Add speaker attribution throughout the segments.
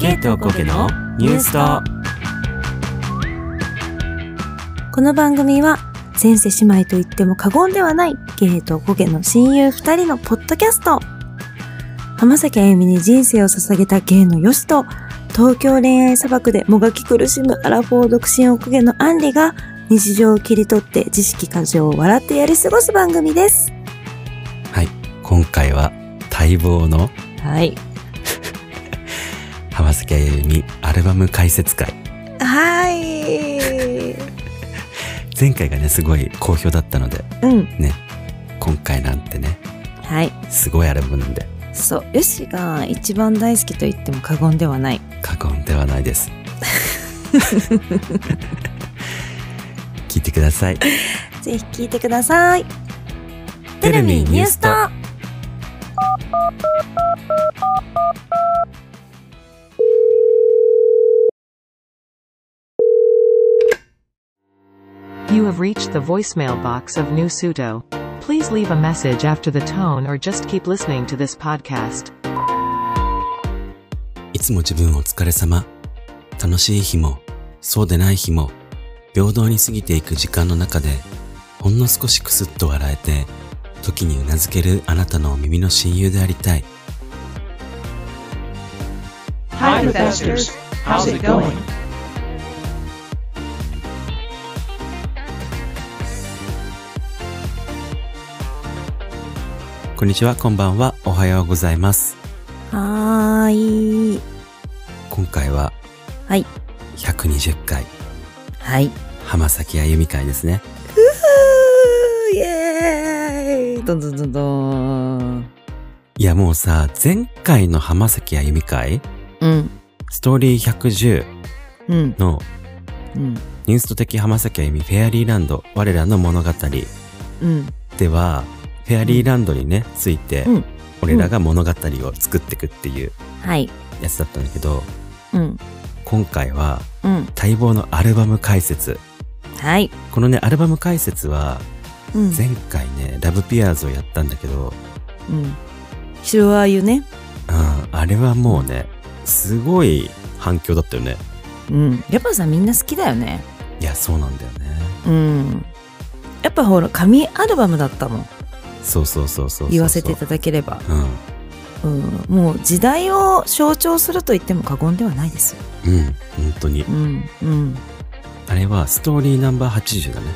Speaker 1: ケイトコケのニュースと
Speaker 2: この番組は前世姉妹と言っても過言ではないゲイとゴケの親友二人のポッドキャスト浜崎あゆみに人生を捧げたゲイのヨシと東京恋愛砂漠でもがき苦しむアラフォー独身おこげのアンリが日常を切り取って知識過剰を笑ってやり過ごす番組です
Speaker 1: 今回は待望の
Speaker 2: はい
Speaker 1: 浜崎あゆみアルバム解説会
Speaker 2: はい
Speaker 1: 前回がねすごい好評だったので
Speaker 2: うん
Speaker 1: 今回なんてね
Speaker 2: はい
Speaker 1: すごいアルバムなんで
Speaker 2: そうヨシが一番大好きと言っても過言ではない
Speaker 1: 過言ではないです 聞いてください
Speaker 2: ぜひ聞いてください
Speaker 1: テレビニュースと
Speaker 3: You have reached the voicemail box of New Suto. Please leave a message after the tone or just keep listening to this podcast.
Speaker 1: いつも自分お疲れ様。楽しい日も、そうでない日も、平等に過ぎていく時間の中で、ほんの少しくすっと笑えて、時にうなずけるあなたの耳の親友でありたい。
Speaker 4: Hi, investors. How's it going?
Speaker 1: こんにちは、こんばんは、おはようございます。
Speaker 2: はーい
Speaker 1: 今回は、
Speaker 2: はい。
Speaker 1: 120回、
Speaker 2: はい
Speaker 1: 浜崎あゆみ会ですね。
Speaker 2: イエーイどんどんどんどん
Speaker 1: いやもうさ、前回の浜崎あゆみ会、
Speaker 2: うん
Speaker 1: ストーリー110
Speaker 2: うん
Speaker 1: の
Speaker 2: うん
Speaker 1: ニュースト的浜崎あゆみフェアリーランド、我らの物語
Speaker 2: うん
Speaker 1: では、フェアリーランドにね、ついて、
Speaker 2: うん
Speaker 1: 俺らが物語を作っていくっていう
Speaker 2: はい
Speaker 1: やつだったんだけど、
Speaker 2: うん
Speaker 1: 今回は
Speaker 2: うん
Speaker 1: 待望のアルバム解説。
Speaker 2: はい
Speaker 1: このね、アルバム解説は、
Speaker 2: うん
Speaker 1: 前回ね、ラブピアーズをやったんだけど、
Speaker 2: うん白あゆね
Speaker 1: うん、あれはもうね、すごい反響だったよね。
Speaker 2: うんやっぱさみんな好きだよね
Speaker 1: いや、そうなんだよね。
Speaker 2: うんやっぱほら紙アルバムだったもん
Speaker 1: そうそうそうそうそうそう
Speaker 2: 言わせていただければ
Speaker 1: うん。
Speaker 2: うんもう時代を象徴すると言っても過言ではないですよ
Speaker 1: うん、本当に
Speaker 2: う。んうん
Speaker 1: あれはストーリーナンバー80だね。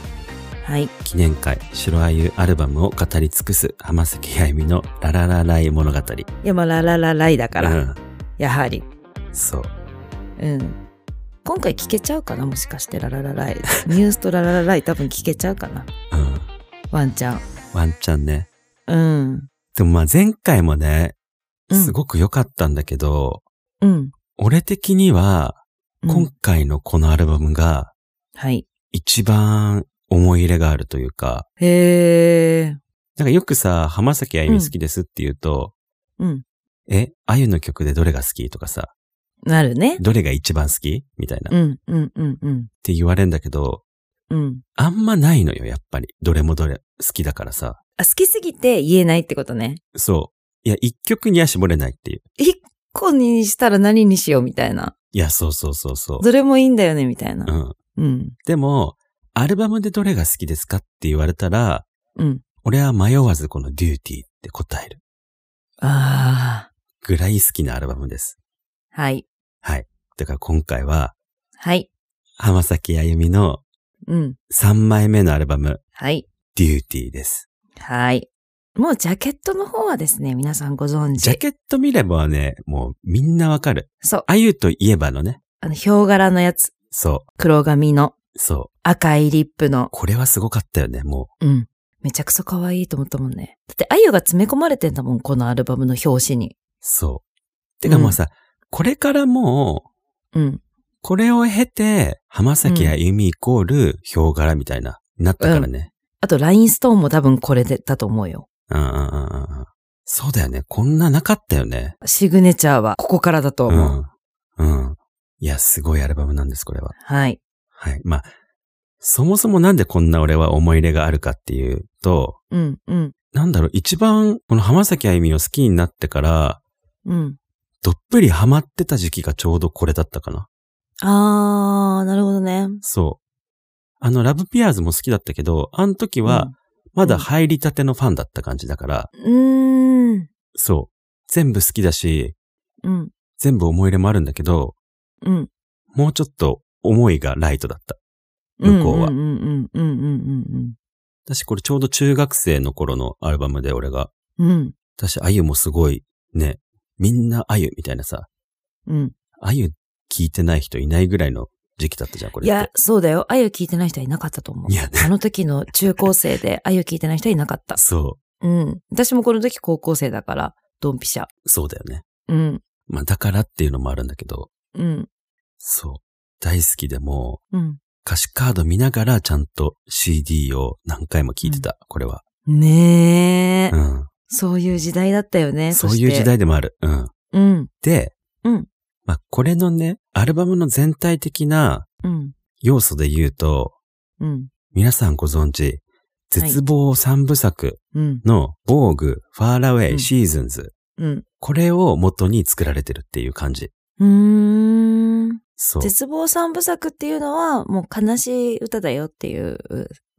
Speaker 2: はい
Speaker 1: 記念会、白あゆアルバムを語り尽くす浜崎あゆみのラララライ物語。
Speaker 2: いやまあラララライだから、
Speaker 1: うん。
Speaker 2: やはり
Speaker 1: そう。
Speaker 2: うん。今回聞けちゃうかなもしかしてラララライ。 ニュースとラララライ多分聞けちゃうかな
Speaker 1: うん。
Speaker 2: ワンちゃん。
Speaker 1: ワンチャンね。
Speaker 2: うん。
Speaker 1: でもまあ前回もね、
Speaker 2: うん
Speaker 1: すごく良かったんだけど、
Speaker 2: うん。
Speaker 1: 俺的には、
Speaker 2: う
Speaker 1: 今
Speaker 2: ん、
Speaker 1: 回のこのアルバムが
Speaker 2: はい。
Speaker 1: 一番思い入れがあるというか、
Speaker 2: へえ。
Speaker 1: なんかよくさ、浜崎あゆみ好きですって言うと、
Speaker 2: うん。
Speaker 1: え、あゆの曲でどれが好きとかさ、
Speaker 2: なるね。
Speaker 1: どれが一番好きみたいな、
Speaker 2: う
Speaker 1: っ
Speaker 2: ん、うん、うん、うん。
Speaker 1: て言われるんだけど、
Speaker 2: うん。
Speaker 1: あんまないのよ、やっぱり。どれもどれ、好きだからさ。
Speaker 2: あ、好きすぎて言えないってことね。
Speaker 1: そう。いや、一曲には絞れないっていう。
Speaker 2: 一個にしたら何にしようみたいな。
Speaker 1: いや、そうそうそうそう。
Speaker 2: どれもいいんだよねみたいな
Speaker 1: う。ん。
Speaker 2: うん。
Speaker 1: でも、アルバムでどれが好きですかって言われたら、
Speaker 2: うん。
Speaker 1: 俺は迷わずこのデューティーって答える
Speaker 2: あ
Speaker 1: ぐらい好きなアルバムです。
Speaker 2: あ。はい。
Speaker 1: はい。だから今回は、
Speaker 2: はい。
Speaker 1: 浜崎あゆみの
Speaker 2: うん。
Speaker 1: 3枚目のアルバム、
Speaker 2: はい。
Speaker 1: デューティーです。
Speaker 2: はい。もうジャケットの方はですね、皆さんご存知。
Speaker 1: ジャケット見ればね、もうみんなわかる。
Speaker 2: そう。
Speaker 1: あゆといえばのね。
Speaker 2: あの、ヒョウ柄のやつ。
Speaker 1: そ
Speaker 2: 黒髪の
Speaker 1: う、そう。
Speaker 2: 赤いリップの。
Speaker 1: これはすごかったよね、も
Speaker 2: うん。めちゃくそ可愛いと思ったもんね。だって、あゆが詰め込まれてんだもん、このアルバムの表紙に。
Speaker 1: う。そう。てかもうさ、これからもう、
Speaker 2: うん。
Speaker 1: これを経て、浜崎あゆみイコール、ヒョウ柄みたいな、なったからね。
Speaker 2: あと、ラインストーンも多分これでだと思うよ。
Speaker 1: うんうんうんうんうんそうだよね。こんななかったよね。
Speaker 2: シグネチャーはここからだと
Speaker 1: う
Speaker 2: 思う。
Speaker 1: ん。うん。いや、すごいアルバムなんです、これは。
Speaker 2: はい。
Speaker 1: はい。まあ、そもそもなんでこんな俺は思い入れがあるかっていうと、
Speaker 2: うん、うん、
Speaker 1: なんだろう、一番、この浜崎あゆみを好きになってから、
Speaker 2: うん。
Speaker 1: どっぷりハマってた時期がちょうどこれだったかな。
Speaker 2: あー、なるほどね。
Speaker 1: そう。あの、ラブピアーズも好きだったけど、あの時
Speaker 2: う
Speaker 1: は
Speaker 2: ん、
Speaker 1: まだ入りたてのファンだった感じだから、
Speaker 2: うーん。
Speaker 1: そう。全部好きだし、
Speaker 2: うん。
Speaker 1: 全部思い入れもあるんだけど、
Speaker 2: うん。
Speaker 1: もうちょっと思いがライトだった。向こうは
Speaker 2: うんうんうんうんうん
Speaker 1: 私これちょうど中学生の頃のアルバムで俺が、
Speaker 2: うんうん。うん。
Speaker 1: 私あゆもすごい、ね、みんなあゆみたいなさ、
Speaker 2: うん。
Speaker 1: あゆ聞いてない人いないぐらいの時期だったじゃん、これ
Speaker 2: い
Speaker 1: って。
Speaker 2: や、そうだよ。あゆ聞いてない人はいなかったと思う
Speaker 1: い。や、
Speaker 2: あの時の中高生で あゆ聞いてない人はいなかった。
Speaker 1: そ
Speaker 2: うん。私もこの時高校生だから、ドンピシャ。
Speaker 1: う、そうだよね。
Speaker 2: うん。
Speaker 1: まあだからっていうのもあるんだけど、
Speaker 2: うん。
Speaker 1: そう。大好きでも
Speaker 2: うん。
Speaker 1: う、歌詞カード見ながらちゃんと CD を何回も聞いてた、これは。
Speaker 2: ねえ、
Speaker 1: うん。
Speaker 2: そういう時代だったよね。
Speaker 1: そう
Speaker 2: そ
Speaker 1: いう
Speaker 2: して
Speaker 1: 時。代でもある。うん。
Speaker 2: うん。
Speaker 1: で、
Speaker 2: うん
Speaker 1: まあこれのね、アルバムの全体的な
Speaker 2: うん。
Speaker 1: 要素で言うと、
Speaker 2: うん。
Speaker 1: 皆さんご存知、絶望三部作
Speaker 2: うん。
Speaker 1: の防具、ファーラウェ
Speaker 2: う
Speaker 1: イ、
Speaker 2: ん
Speaker 1: シーズンズ。
Speaker 2: うん。
Speaker 1: これを元に作られてるっていう感じ。
Speaker 2: うーん。
Speaker 1: そう。
Speaker 2: 絶望三部作っていうのは、もう悲しい歌だよっていう、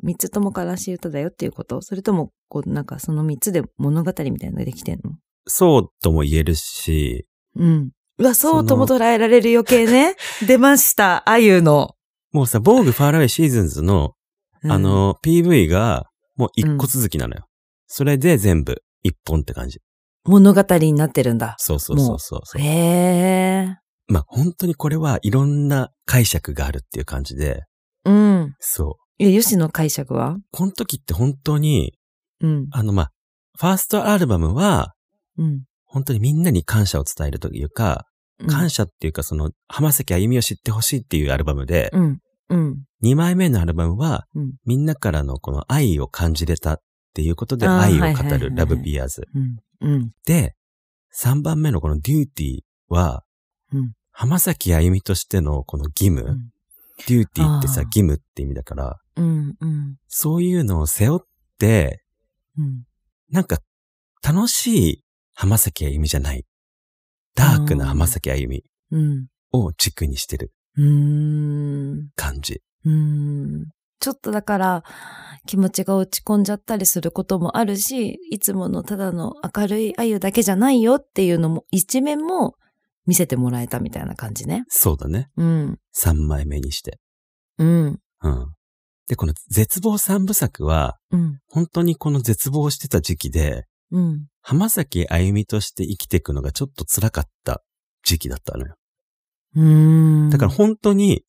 Speaker 2: 三つとも悲しい歌だよっていうことそれとも、こう、なんかその三つで物語みたいなのができてんの
Speaker 1: そうとも言えるし、
Speaker 2: うん。うわ、そうとも捉えられる余計ね。出ました、あゆの。
Speaker 1: もうさ、防具、ファーラウェイ、シーズンズの、
Speaker 2: うん
Speaker 1: あ、の、PV が、もう一個続きなのよ。それで全部、一本って感じ。
Speaker 2: 物語になってるんだ。
Speaker 1: そうそうそうそうそう。
Speaker 2: へえ。
Speaker 1: まあ、本当にこれはいろんな解釈があるっていう感じで、
Speaker 2: うん。
Speaker 1: そう。
Speaker 2: いや、ヨシの解釈は
Speaker 1: この時って本当に、
Speaker 2: うん。
Speaker 1: あの、まあ、ファーストアルバムは、
Speaker 2: うん。
Speaker 1: 本当にみんなに感謝を伝えるというか、
Speaker 2: うん
Speaker 1: 感謝っていうかその、浜崎あゆみを知ってほしいっていうアルバムで、
Speaker 2: うん。うん。
Speaker 1: 2枚目のアルバムは、
Speaker 2: うん
Speaker 1: みんなからのこの愛を感じれたっていうことで
Speaker 2: あー
Speaker 1: 愛を
Speaker 2: はいはい
Speaker 1: 語
Speaker 2: はいは
Speaker 1: る
Speaker 2: い
Speaker 1: ラブピアーズ。
Speaker 2: うん。うん。
Speaker 1: で、3番目のこのデューティーは、
Speaker 2: うん
Speaker 1: 浜崎あゆみとしてのこの義務、
Speaker 2: うん
Speaker 1: デューティーってさ、
Speaker 2: あー
Speaker 1: 義務って意味だから、
Speaker 2: うん。うん。
Speaker 1: そういうのを背負って、
Speaker 2: うん。
Speaker 1: なんか楽しい浜崎あゆみじゃない。ダークな浜崎あゆみ
Speaker 2: うん。
Speaker 1: を軸にしてる
Speaker 2: うーん。
Speaker 1: 感じ。
Speaker 2: うーんちょっとだから気持ちが落ち込んじゃったりすることもあるし、いつものただの明るいあゆだけじゃないよっていうのも一面も見せてもらえたみたいな感じね。
Speaker 1: そうだね。
Speaker 2: うん。
Speaker 1: 3枚目にして。
Speaker 2: うん。
Speaker 1: うん。で、この絶望三部作は、
Speaker 2: うん。
Speaker 1: 本当にこの絶望してた時期で、
Speaker 2: うん。
Speaker 1: 浜崎あゆみとして生きていくのがちょっと辛かった時期だったのよ。
Speaker 2: うーん。
Speaker 1: だから、本当に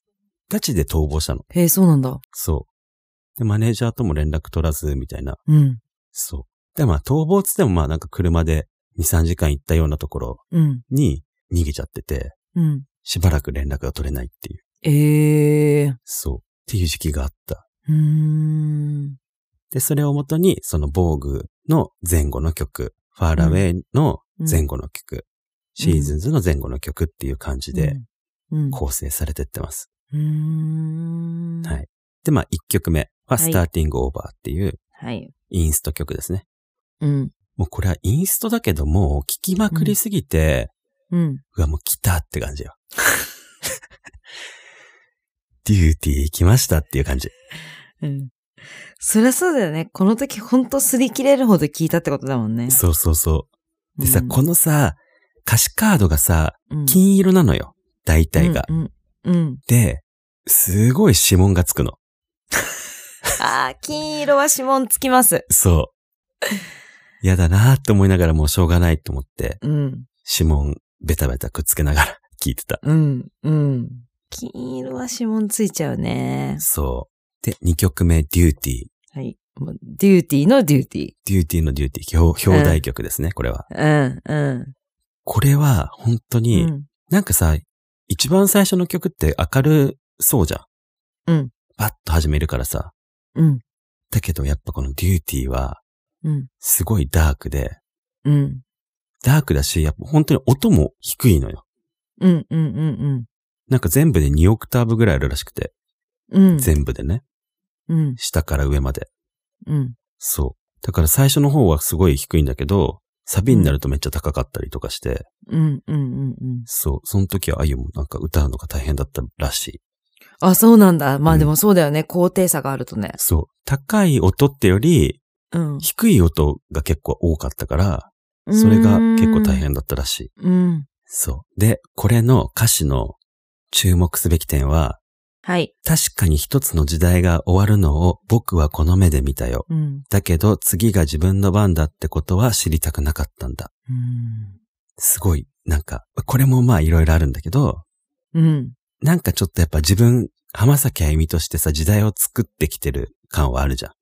Speaker 1: ガチで逃亡したの。
Speaker 2: へえ、そうなんだ。
Speaker 1: そう。で、マネージャーとも連絡取らず、みたいな。
Speaker 2: うん。
Speaker 1: そう。で、まあ逃亡っつってもまあなんか車で2、3時間行ったようなところ
Speaker 2: うん。
Speaker 1: に逃げちゃってて、
Speaker 2: うん。
Speaker 1: しばらく連絡が取れないっていう。
Speaker 2: ええー。
Speaker 1: そう。っていう時期があった。
Speaker 2: うーん。
Speaker 1: で、それをもとに、その防具の前後の曲、ファーラウェイの前後の曲、シーズンズの前後の曲っていう感じで
Speaker 2: うん、
Speaker 1: 構成されてってます。
Speaker 2: うーん。
Speaker 1: はいで、まあ、1曲目は、スターティングオーバーっていう
Speaker 2: はい。
Speaker 1: インスト曲ですね。
Speaker 2: うん。
Speaker 1: もうこれはインストだけど、もう聴きまくりすぎて、
Speaker 2: うん。
Speaker 1: うわ、もう来たって感じよ。 デューティー来ましたっていう感じ。
Speaker 2: うん。そりゃそうだよね。この時ほんと擦り切れるほど聞いたってことだもんね。
Speaker 1: そうそうそう。でさ、
Speaker 2: うん
Speaker 1: このさ、歌詞カードがさ、
Speaker 2: うん
Speaker 1: 金色なのよ。大体が。
Speaker 2: うんうんうん。
Speaker 1: で、すごい指紋がつくの。
Speaker 2: ああ、金色は指紋つきます。
Speaker 1: そう。やだなーって思いながらもうしょうがないと思って、
Speaker 2: うん。
Speaker 1: 指紋ベタベタくっつけながら聞いてた。
Speaker 2: うん。うん。金色は指紋ついちゃうね。
Speaker 1: そう。で、2曲目、デューティー。
Speaker 2: はい。もうデューティーのデューティ
Speaker 1: デューティーのデューティー。表表題曲ですね、これは。
Speaker 2: ー。うん。う
Speaker 1: これは、本当
Speaker 2: ん。
Speaker 1: に、
Speaker 2: うん。
Speaker 1: なんかさ、一番最初の曲って明るそうじゃん。
Speaker 2: うん。
Speaker 1: パッと始めるからさ。
Speaker 2: うん。
Speaker 1: だけどやっぱこのデューティーは、
Speaker 2: うん。
Speaker 1: すごいダークで、
Speaker 2: うん。
Speaker 1: ダークだし、やっぱ本当に音も低いのよ。
Speaker 2: うん。うん。うん。
Speaker 1: なんか全部で2オクターブぐらいあるらしくて、
Speaker 2: うん。
Speaker 1: 全部でね、
Speaker 2: うん。
Speaker 1: 下から上まで。
Speaker 2: うん。
Speaker 1: そう。だから最初の方はすごい低いんだけど、サビになるとめっちゃ高かったりとかして、
Speaker 2: うん、うん、うん、うん。
Speaker 1: そう、その時はあゆもなんか歌うのが大変だったらしい。
Speaker 2: あ、そうなんだ。ま
Speaker 1: う
Speaker 2: あ
Speaker 1: ん
Speaker 2: でもそうだよね。高低差があるとね。
Speaker 1: そう、高い音ってより、
Speaker 2: うん。
Speaker 1: 低い音が結構多かったから、それが結構大変だったらしい。
Speaker 2: うん。
Speaker 1: そう。で、これの歌詞の注目すべき点は、
Speaker 2: はい。
Speaker 1: 確かに一つの時代が終わるのを僕はこの目で見たよ。
Speaker 2: うん。
Speaker 1: だけど次が自分の番だってことは知りたくなかったんだ。
Speaker 2: うん。
Speaker 1: すごい、なんか、これもまあいろいろあるんだけど、
Speaker 2: うん。
Speaker 1: なんかちょっとやっぱ自分、浜崎あゆみとしてさ、時代を作ってきてる感はあるじゃん。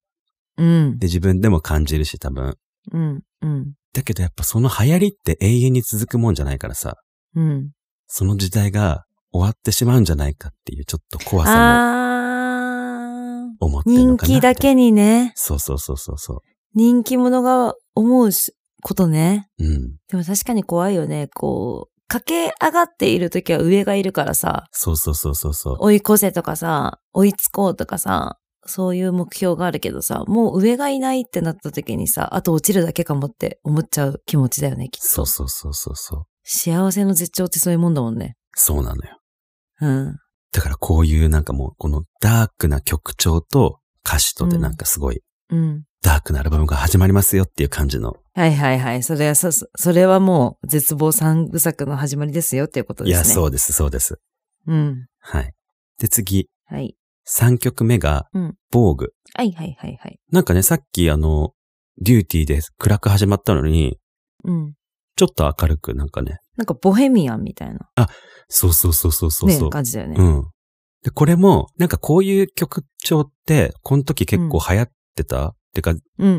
Speaker 2: うん。
Speaker 1: で、自分でも感じるし、多分。
Speaker 2: うん。うん。
Speaker 1: だけどやっぱその流行りって永遠に続くもんじゃないからさ、
Speaker 2: うん。
Speaker 1: その時代が終わってしまうんじゃないかっていうちょっと怖さ
Speaker 5: あー。
Speaker 1: も思ってるの
Speaker 5: 人
Speaker 1: かなみたいな。
Speaker 5: 気だけにね、
Speaker 1: そうそうそうそうそ
Speaker 5: 人気者が思うしことね。
Speaker 1: う。うん。
Speaker 5: でも確かに怖いよね。こう、駆け上がっている時は上がいるからさ、
Speaker 1: そうそうそうそうそう。
Speaker 5: 追い越せとかさ、追いつこうとかさ、そういう目標があるけどさ、もう上がいないってなった時にさ、あと落ちるだけかもって思っちゃう気持ちだよね、きっと。
Speaker 1: そうそうそうそうそう。
Speaker 5: 幸せの絶頂ってそういうもんだもんね。
Speaker 1: そうなのよ。
Speaker 5: うん。
Speaker 1: だからこういうなんかもう、このダークな曲調と歌詞とでなんかすごい、
Speaker 2: うん。
Speaker 1: ダークなアルバムが始まりますよっていう感じの。
Speaker 2: はいはいはい。それはさ、そそれはもう絶望三部作の始まりですよっていうこと
Speaker 1: い
Speaker 2: ですね。。
Speaker 1: や、そううです、そうです。
Speaker 2: うん。
Speaker 1: はい。で、次、
Speaker 2: はい。
Speaker 1: 3曲目が
Speaker 2: うん、
Speaker 1: 防具。
Speaker 2: はいはいはいはい。
Speaker 1: なんかね、さっきあの、デューティーで暗く始まったのに、
Speaker 2: うん。
Speaker 1: ちょっと明るくなんかね、
Speaker 2: なんかボヘミアンみたいな、ね、
Speaker 1: そうそうそうそうそうそう、
Speaker 2: 感じだよね。
Speaker 1: うん。で、これも、なんかこういう曲調って、この時結構流行ってた、ってか、
Speaker 2: うんうんう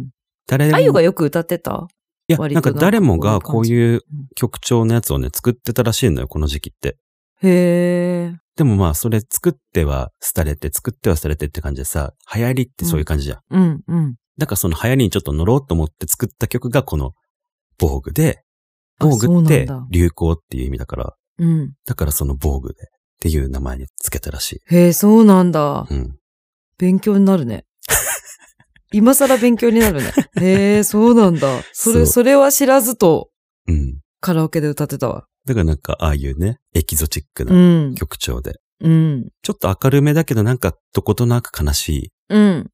Speaker 2: ん
Speaker 1: 誰
Speaker 2: うん。
Speaker 1: でも、
Speaker 2: あゆが
Speaker 1: い
Speaker 2: よく歌ってた
Speaker 1: や、
Speaker 2: 割
Speaker 1: なん
Speaker 2: と
Speaker 1: か誰もが
Speaker 2: なんか
Speaker 1: こ
Speaker 2: こう
Speaker 1: う
Speaker 2: い
Speaker 1: いう曲調のやつをね、作ってたらしいのよ、この時期って。
Speaker 2: へえ。
Speaker 1: でもまあ、それ作っては廃れて、作っては廃れてって感じでさ、流行りってそういう感じじゃん。
Speaker 2: うんうん。
Speaker 1: だからその流行りにちょっと乗ろうと思って作った曲がこの、防具で、
Speaker 2: あ
Speaker 1: 防具っ
Speaker 2: そうなん
Speaker 1: て
Speaker 2: だ
Speaker 1: 流行っていう意味だから、
Speaker 2: うん。
Speaker 1: だからその防具でっていう名前につけたらしい。
Speaker 2: へえ、そうなんだ。
Speaker 1: うん。
Speaker 2: 勉強になる ね。今更勉強になるね。へえ、そうなんだ。そ
Speaker 1: そ
Speaker 2: れ、
Speaker 1: う
Speaker 2: それは知らずと
Speaker 1: うん。
Speaker 2: カラオケで歌ってたわ。
Speaker 1: だからなんか、ああいうね、エキゾチック
Speaker 2: う。
Speaker 1: なん曲調で、
Speaker 2: うん。
Speaker 1: ちょっと明るめだけどなんか、どことなく悲しい。
Speaker 2: うん。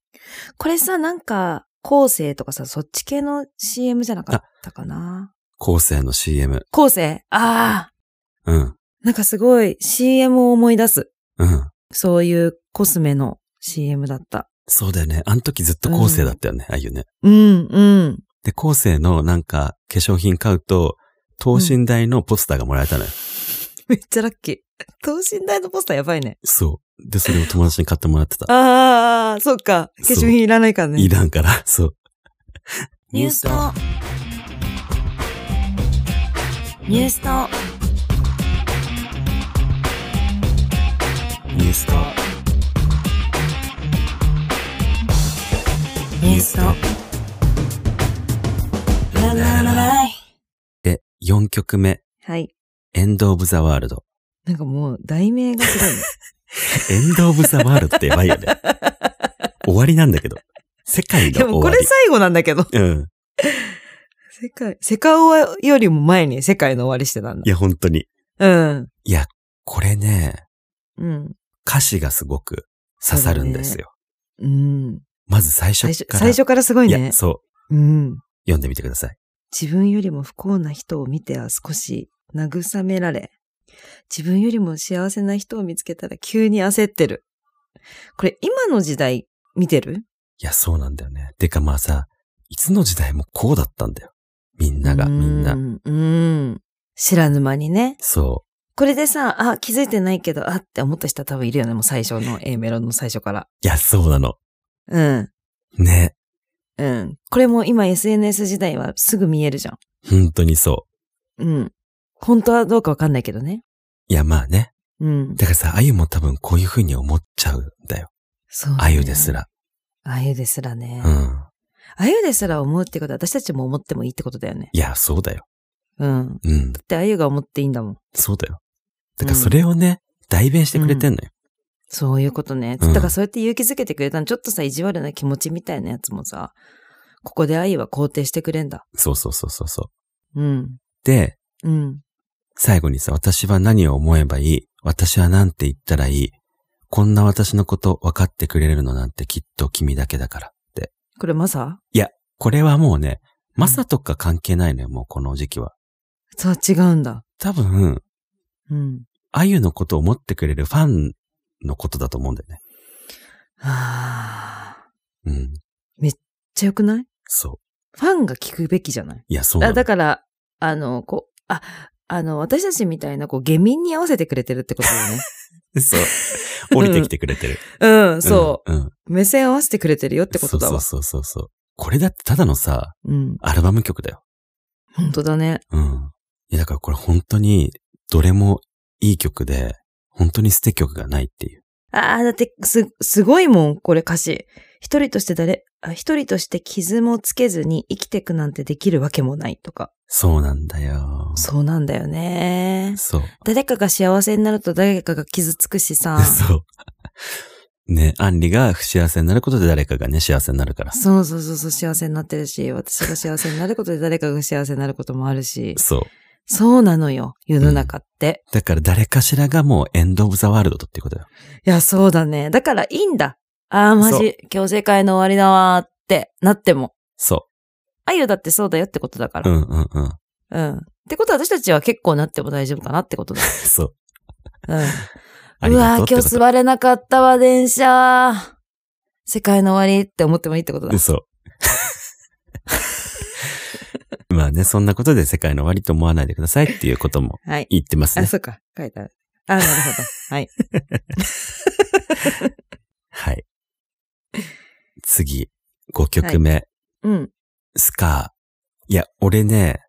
Speaker 2: これさ、なんか、後世とかさ、そっち系の CM じゃなかったかな。
Speaker 1: 後世の CM。
Speaker 2: 後世ああ
Speaker 1: うん。
Speaker 2: なんかすごい CM を思い出す。
Speaker 1: うん。
Speaker 2: そういうコスメの CM だった。
Speaker 1: そうだよね。あの時ずっと後世だったよね、ああいうね。
Speaker 2: うん、うん。
Speaker 1: で、後世のなんか、化粧品買うと、等身大のポスターがもらえたのよ。
Speaker 2: めっちゃラッキー。等身大のポスターやばいね。
Speaker 1: そう。で、それを友達に買ってもらってた。
Speaker 2: ああ、そっか。化粧品いらないからね。
Speaker 1: いらんから、 そう。
Speaker 5: ニュースと、ニュースと、
Speaker 1: ニュースと、
Speaker 5: ニュースと、ラララライ。
Speaker 1: で、4曲目、
Speaker 2: はい。
Speaker 1: エンド・オブ・ザ・ワールド。
Speaker 2: なんかもう、題名がすごい ね。
Speaker 1: エンド・オブ・ザ・ワールドってやばいよね。終わりなんだけど。世界
Speaker 2: で
Speaker 1: の
Speaker 2: も
Speaker 1: 終
Speaker 2: こ
Speaker 1: わ
Speaker 2: れ
Speaker 1: り。
Speaker 2: 最後なんだけど。
Speaker 1: うん。
Speaker 2: 世界、世界終わりよりも前に世界の終わりしてたん
Speaker 1: い
Speaker 2: だ。
Speaker 1: や、本当に。
Speaker 2: うん。
Speaker 1: いや、これね、
Speaker 2: うん。
Speaker 1: 歌詞がすごく刺さるんですよ。
Speaker 2: うん。
Speaker 1: まず最初
Speaker 2: 最初、
Speaker 1: から。
Speaker 2: 最初からすごい
Speaker 1: い
Speaker 2: ね
Speaker 1: や、。そう。
Speaker 2: うん。
Speaker 1: 読んでみてください。
Speaker 2: 自分よりも不幸な人を見ては少し慰められ、自分よりも幸せな人を見つけたら急に焦ってる。これ今の時代見てる
Speaker 1: いや、そうなんだよね。てかまあさ、いつの時代もこうだったんだよ。みんなが、みん
Speaker 2: う
Speaker 1: な。
Speaker 2: ん。うん知らぬ間にね。
Speaker 1: そ
Speaker 2: これでさ、あ、気づいてないけど、あって思った人は多分いるよね。もう最初 の A メロの最初から。
Speaker 1: う。いや、そうなの。
Speaker 2: うん。
Speaker 1: ね。
Speaker 2: うん。これも今 SNS 時代はすぐ見えるじゃん。
Speaker 1: 本当にそ
Speaker 2: うん。本当はどうかわかんないけどね。
Speaker 1: う。いや、まあね。
Speaker 2: うん。
Speaker 1: だからさ、あゆも多分こういう風に思っちゃうんだよ。
Speaker 2: そうだね
Speaker 1: あゆです。ら。
Speaker 2: あゆですらね。
Speaker 1: うん。
Speaker 2: あゆですら思うってことは私たちも思ってもいいってことだよね。
Speaker 1: いや、そうだよ。
Speaker 2: うん。
Speaker 1: うん。
Speaker 2: で、あゆが思っていいんだもん。
Speaker 1: そうだよ。だからそれをね、代弁してくれてんのよ。
Speaker 2: そういうことね。
Speaker 1: うん
Speaker 2: だからそうやって勇気づけてくれたの、ちょっとさ、意地悪な気持ちみたいなやつもさ、ここで愛は肯定してくれんだ。
Speaker 1: そうそうそうそうそう。
Speaker 2: うん。
Speaker 1: で、
Speaker 2: うん。
Speaker 1: 最後にさ、私は何を思えばいい私は何て言ったらいいこんな私のこと分かってくれるのなんてきっと君だけだからって。
Speaker 2: これまさ
Speaker 1: これはもうね、マサとか関係ないのよ、もうこの時期は。
Speaker 2: さあ違うんだ。
Speaker 1: 多分、
Speaker 2: うん。
Speaker 1: あゆのことを思ってくれるファンのことだと思うんだよね。
Speaker 2: はあ。
Speaker 1: うん。
Speaker 2: めっちゃよくない
Speaker 1: そう。
Speaker 2: ファンが聞くべきじゃない
Speaker 1: いや、そうな
Speaker 2: あ
Speaker 1: の
Speaker 2: だから、あの、こう、あ、あの、私たちみたいな、こう、下民に合わせてくれてるってことだよね。
Speaker 1: そう。降りてきてくれてる。 。
Speaker 2: うん、そう
Speaker 1: うん。っ
Speaker 2: う。目線合わせてくれてるよってことだわ。
Speaker 1: そうそうそうそうそう。これだってただのさ、
Speaker 2: うん。
Speaker 1: アルバム曲だよ。
Speaker 2: 本当だね。
Speaker 1: うん。いや、だからこれ本当に、どれもいい曲で、本当に捨て曲がないっていう。
Speaker 2: ああ、だって、す、すごいもん、これ歌詞。一人として誰、あ一人として傷もつけずに生きてくなんてできるわけもないとか。
Speaker 1: そうなんだよ。
Speaker 2: そうなんだよね。
Speaker 1: そう。。
Speaker 2: 誰かが幸せになると誰かが傷つくしさ
Speaker 1: そう。ね、アンリが不幸せになることで誰かがね、幸せになるから。
Speaker 2: そうそうそうそう、幸せになってるし、私が幸せになることで誰かが幸せになることもあるし。
Speaker 1: そう。
Speaker 2: そうなのよ、世の中って。
Speaker 1: だから誰かしらがもうエンド・オブ・ザ・ワールドっていうことよ。
Speaker 2: いや、そうだね。だからいいんだ。ああ、マ
Speaker 1: そう
Speaker 2: ジ、今日世界の終わりだわーってなっても。
Speaker 1: そ
Speaker 2: あゆだってそうだよってことだか
Speaker 1: う。う
Speaker 2: ら。
Speaker 1: んうんうん。
Speaker 2: うん。ってことは私たちは結構なっても大丈夫かなってことだ。
Speaker 1: そう。 あ
Speaker 2: うん。
Speaker 1: り
Speaker 2: う
Speaker 1: が
Speaker 2: わ
Speaker 1: とう
Speaker 2: ー
Speaker 1: って
Speaker 2: 今
Speaker 1: こ
Speaker 2: 日
Speaker 1: と。
Speaker 2: 座れなかったわ、電車。世界の終わりって思ってもいいってことだ。
Speaker 1: そう。 まあね、そんなことで世界の終わりと思わないでくださいっていうことも
Speaker 2: はい。
Speaker 1: 言ってます
Speaker 2: あ、
Speaker 1: ね。
Speaker 2: そうか。書いてある。あ、なるほど。はい。
Speaker 1: はい。次、5曲目、
Speaker 2: うん。
Speaker 1: スカー。いや、俺ね、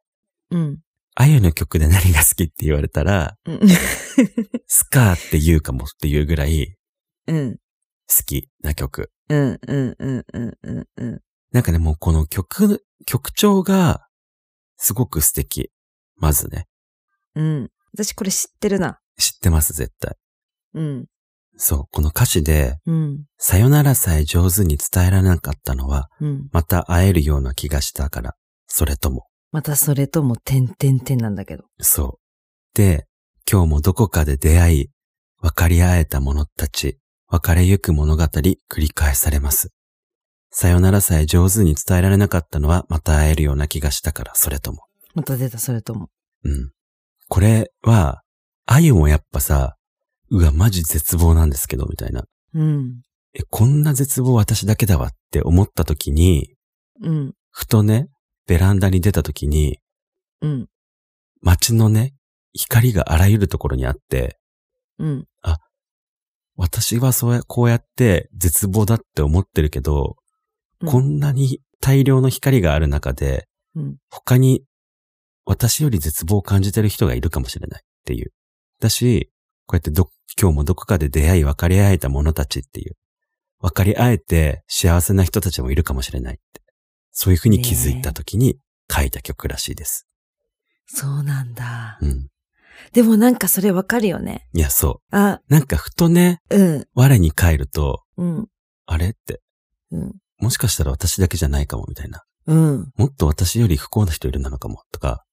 Speaker 2: うん。
Speaker 1: あゆの曲で何が好きって言われ たら、
Speaker 2: うん。
Speaker 1: スカーって言うかもっていうぐらい
Speaker 2: うん。
Speaker 1: 好きな曲。
Speaker 2: うん。うん。うん。うん。うん。うん。
Speaker 1: なんかね、もうこの曲、曲調がすごく素敵。まずね、
Speaker 2: うん。私これ知ってるな。
Speaker 1: 知ってます、絶対。
Speaker 2: うん。
Speaker 1: そう、この歌詞で、
Speaker 2: うん。
Speaker 1: さよならさえ上手に伝えられなかったのは、
Speaker 2: うん。
Speaker 1: また会えるような気がしたから、それとも、
Speaker 2: またそれとも、てんてんてんなんだけど。
Speaker 1: そう。で、今日もどこかで出会い、分かり合えた者たち、別れゆく物語、繰り返されます。さよならさえ上手に伝えられなかったのは、また会えるような気がしたから、それとも。
Speaker 2: また出た、それとも。
Speaker 1: うん。これは、あゆもやっぱさ、うわ、マジ絶望なんですけど、みたいな。
Speaker 2: うん。
Speaker 1: え、こんな絶望私だけだわって思った時に、
Speaker 2: うん。
Speaker 1: ふとね、ベランダに出た時に、
Speaker 2: うん。
Speaker 1: 街のね、光があらゆるところにあって、
Speaker 2: うん。
Speaker 1: 私はそうや、こうやって絶望だって思ってるけど、
Speaker 2: うん
Speaker 1: こんなに大量の光がある中で、
Speaker 2: うん
Speaker 1: 他に私より絶望を感じてる人がいるかもしれないっていう。だし、こうやってど、今日もどこかで出会い分かり合えた者たちっていう。分かり合えて幸せな人たちもいるかもしれないって。そういうふうに気づいた時に書いた曲らしいです。
Speaker 2: そうなんだ。
Speaker 1: うん。
Speaker 2: でもなんかそれわかるよね。
Speaker 1: いや、そ
Speaker 2: あ、
Speaker 1: う。なんかふとね、
Speaker 2: うん。
Speaker 1: 我に帰ると、
Speaker 2: うん。
Speaker 1: あれって、
Speaker 2: うん。
Speaker 1: もしかしたら私だけじゃないかもみたいな。
Speaker 2: うん。
Speaker 1: もっと私より不幸な人いるなのかもとか。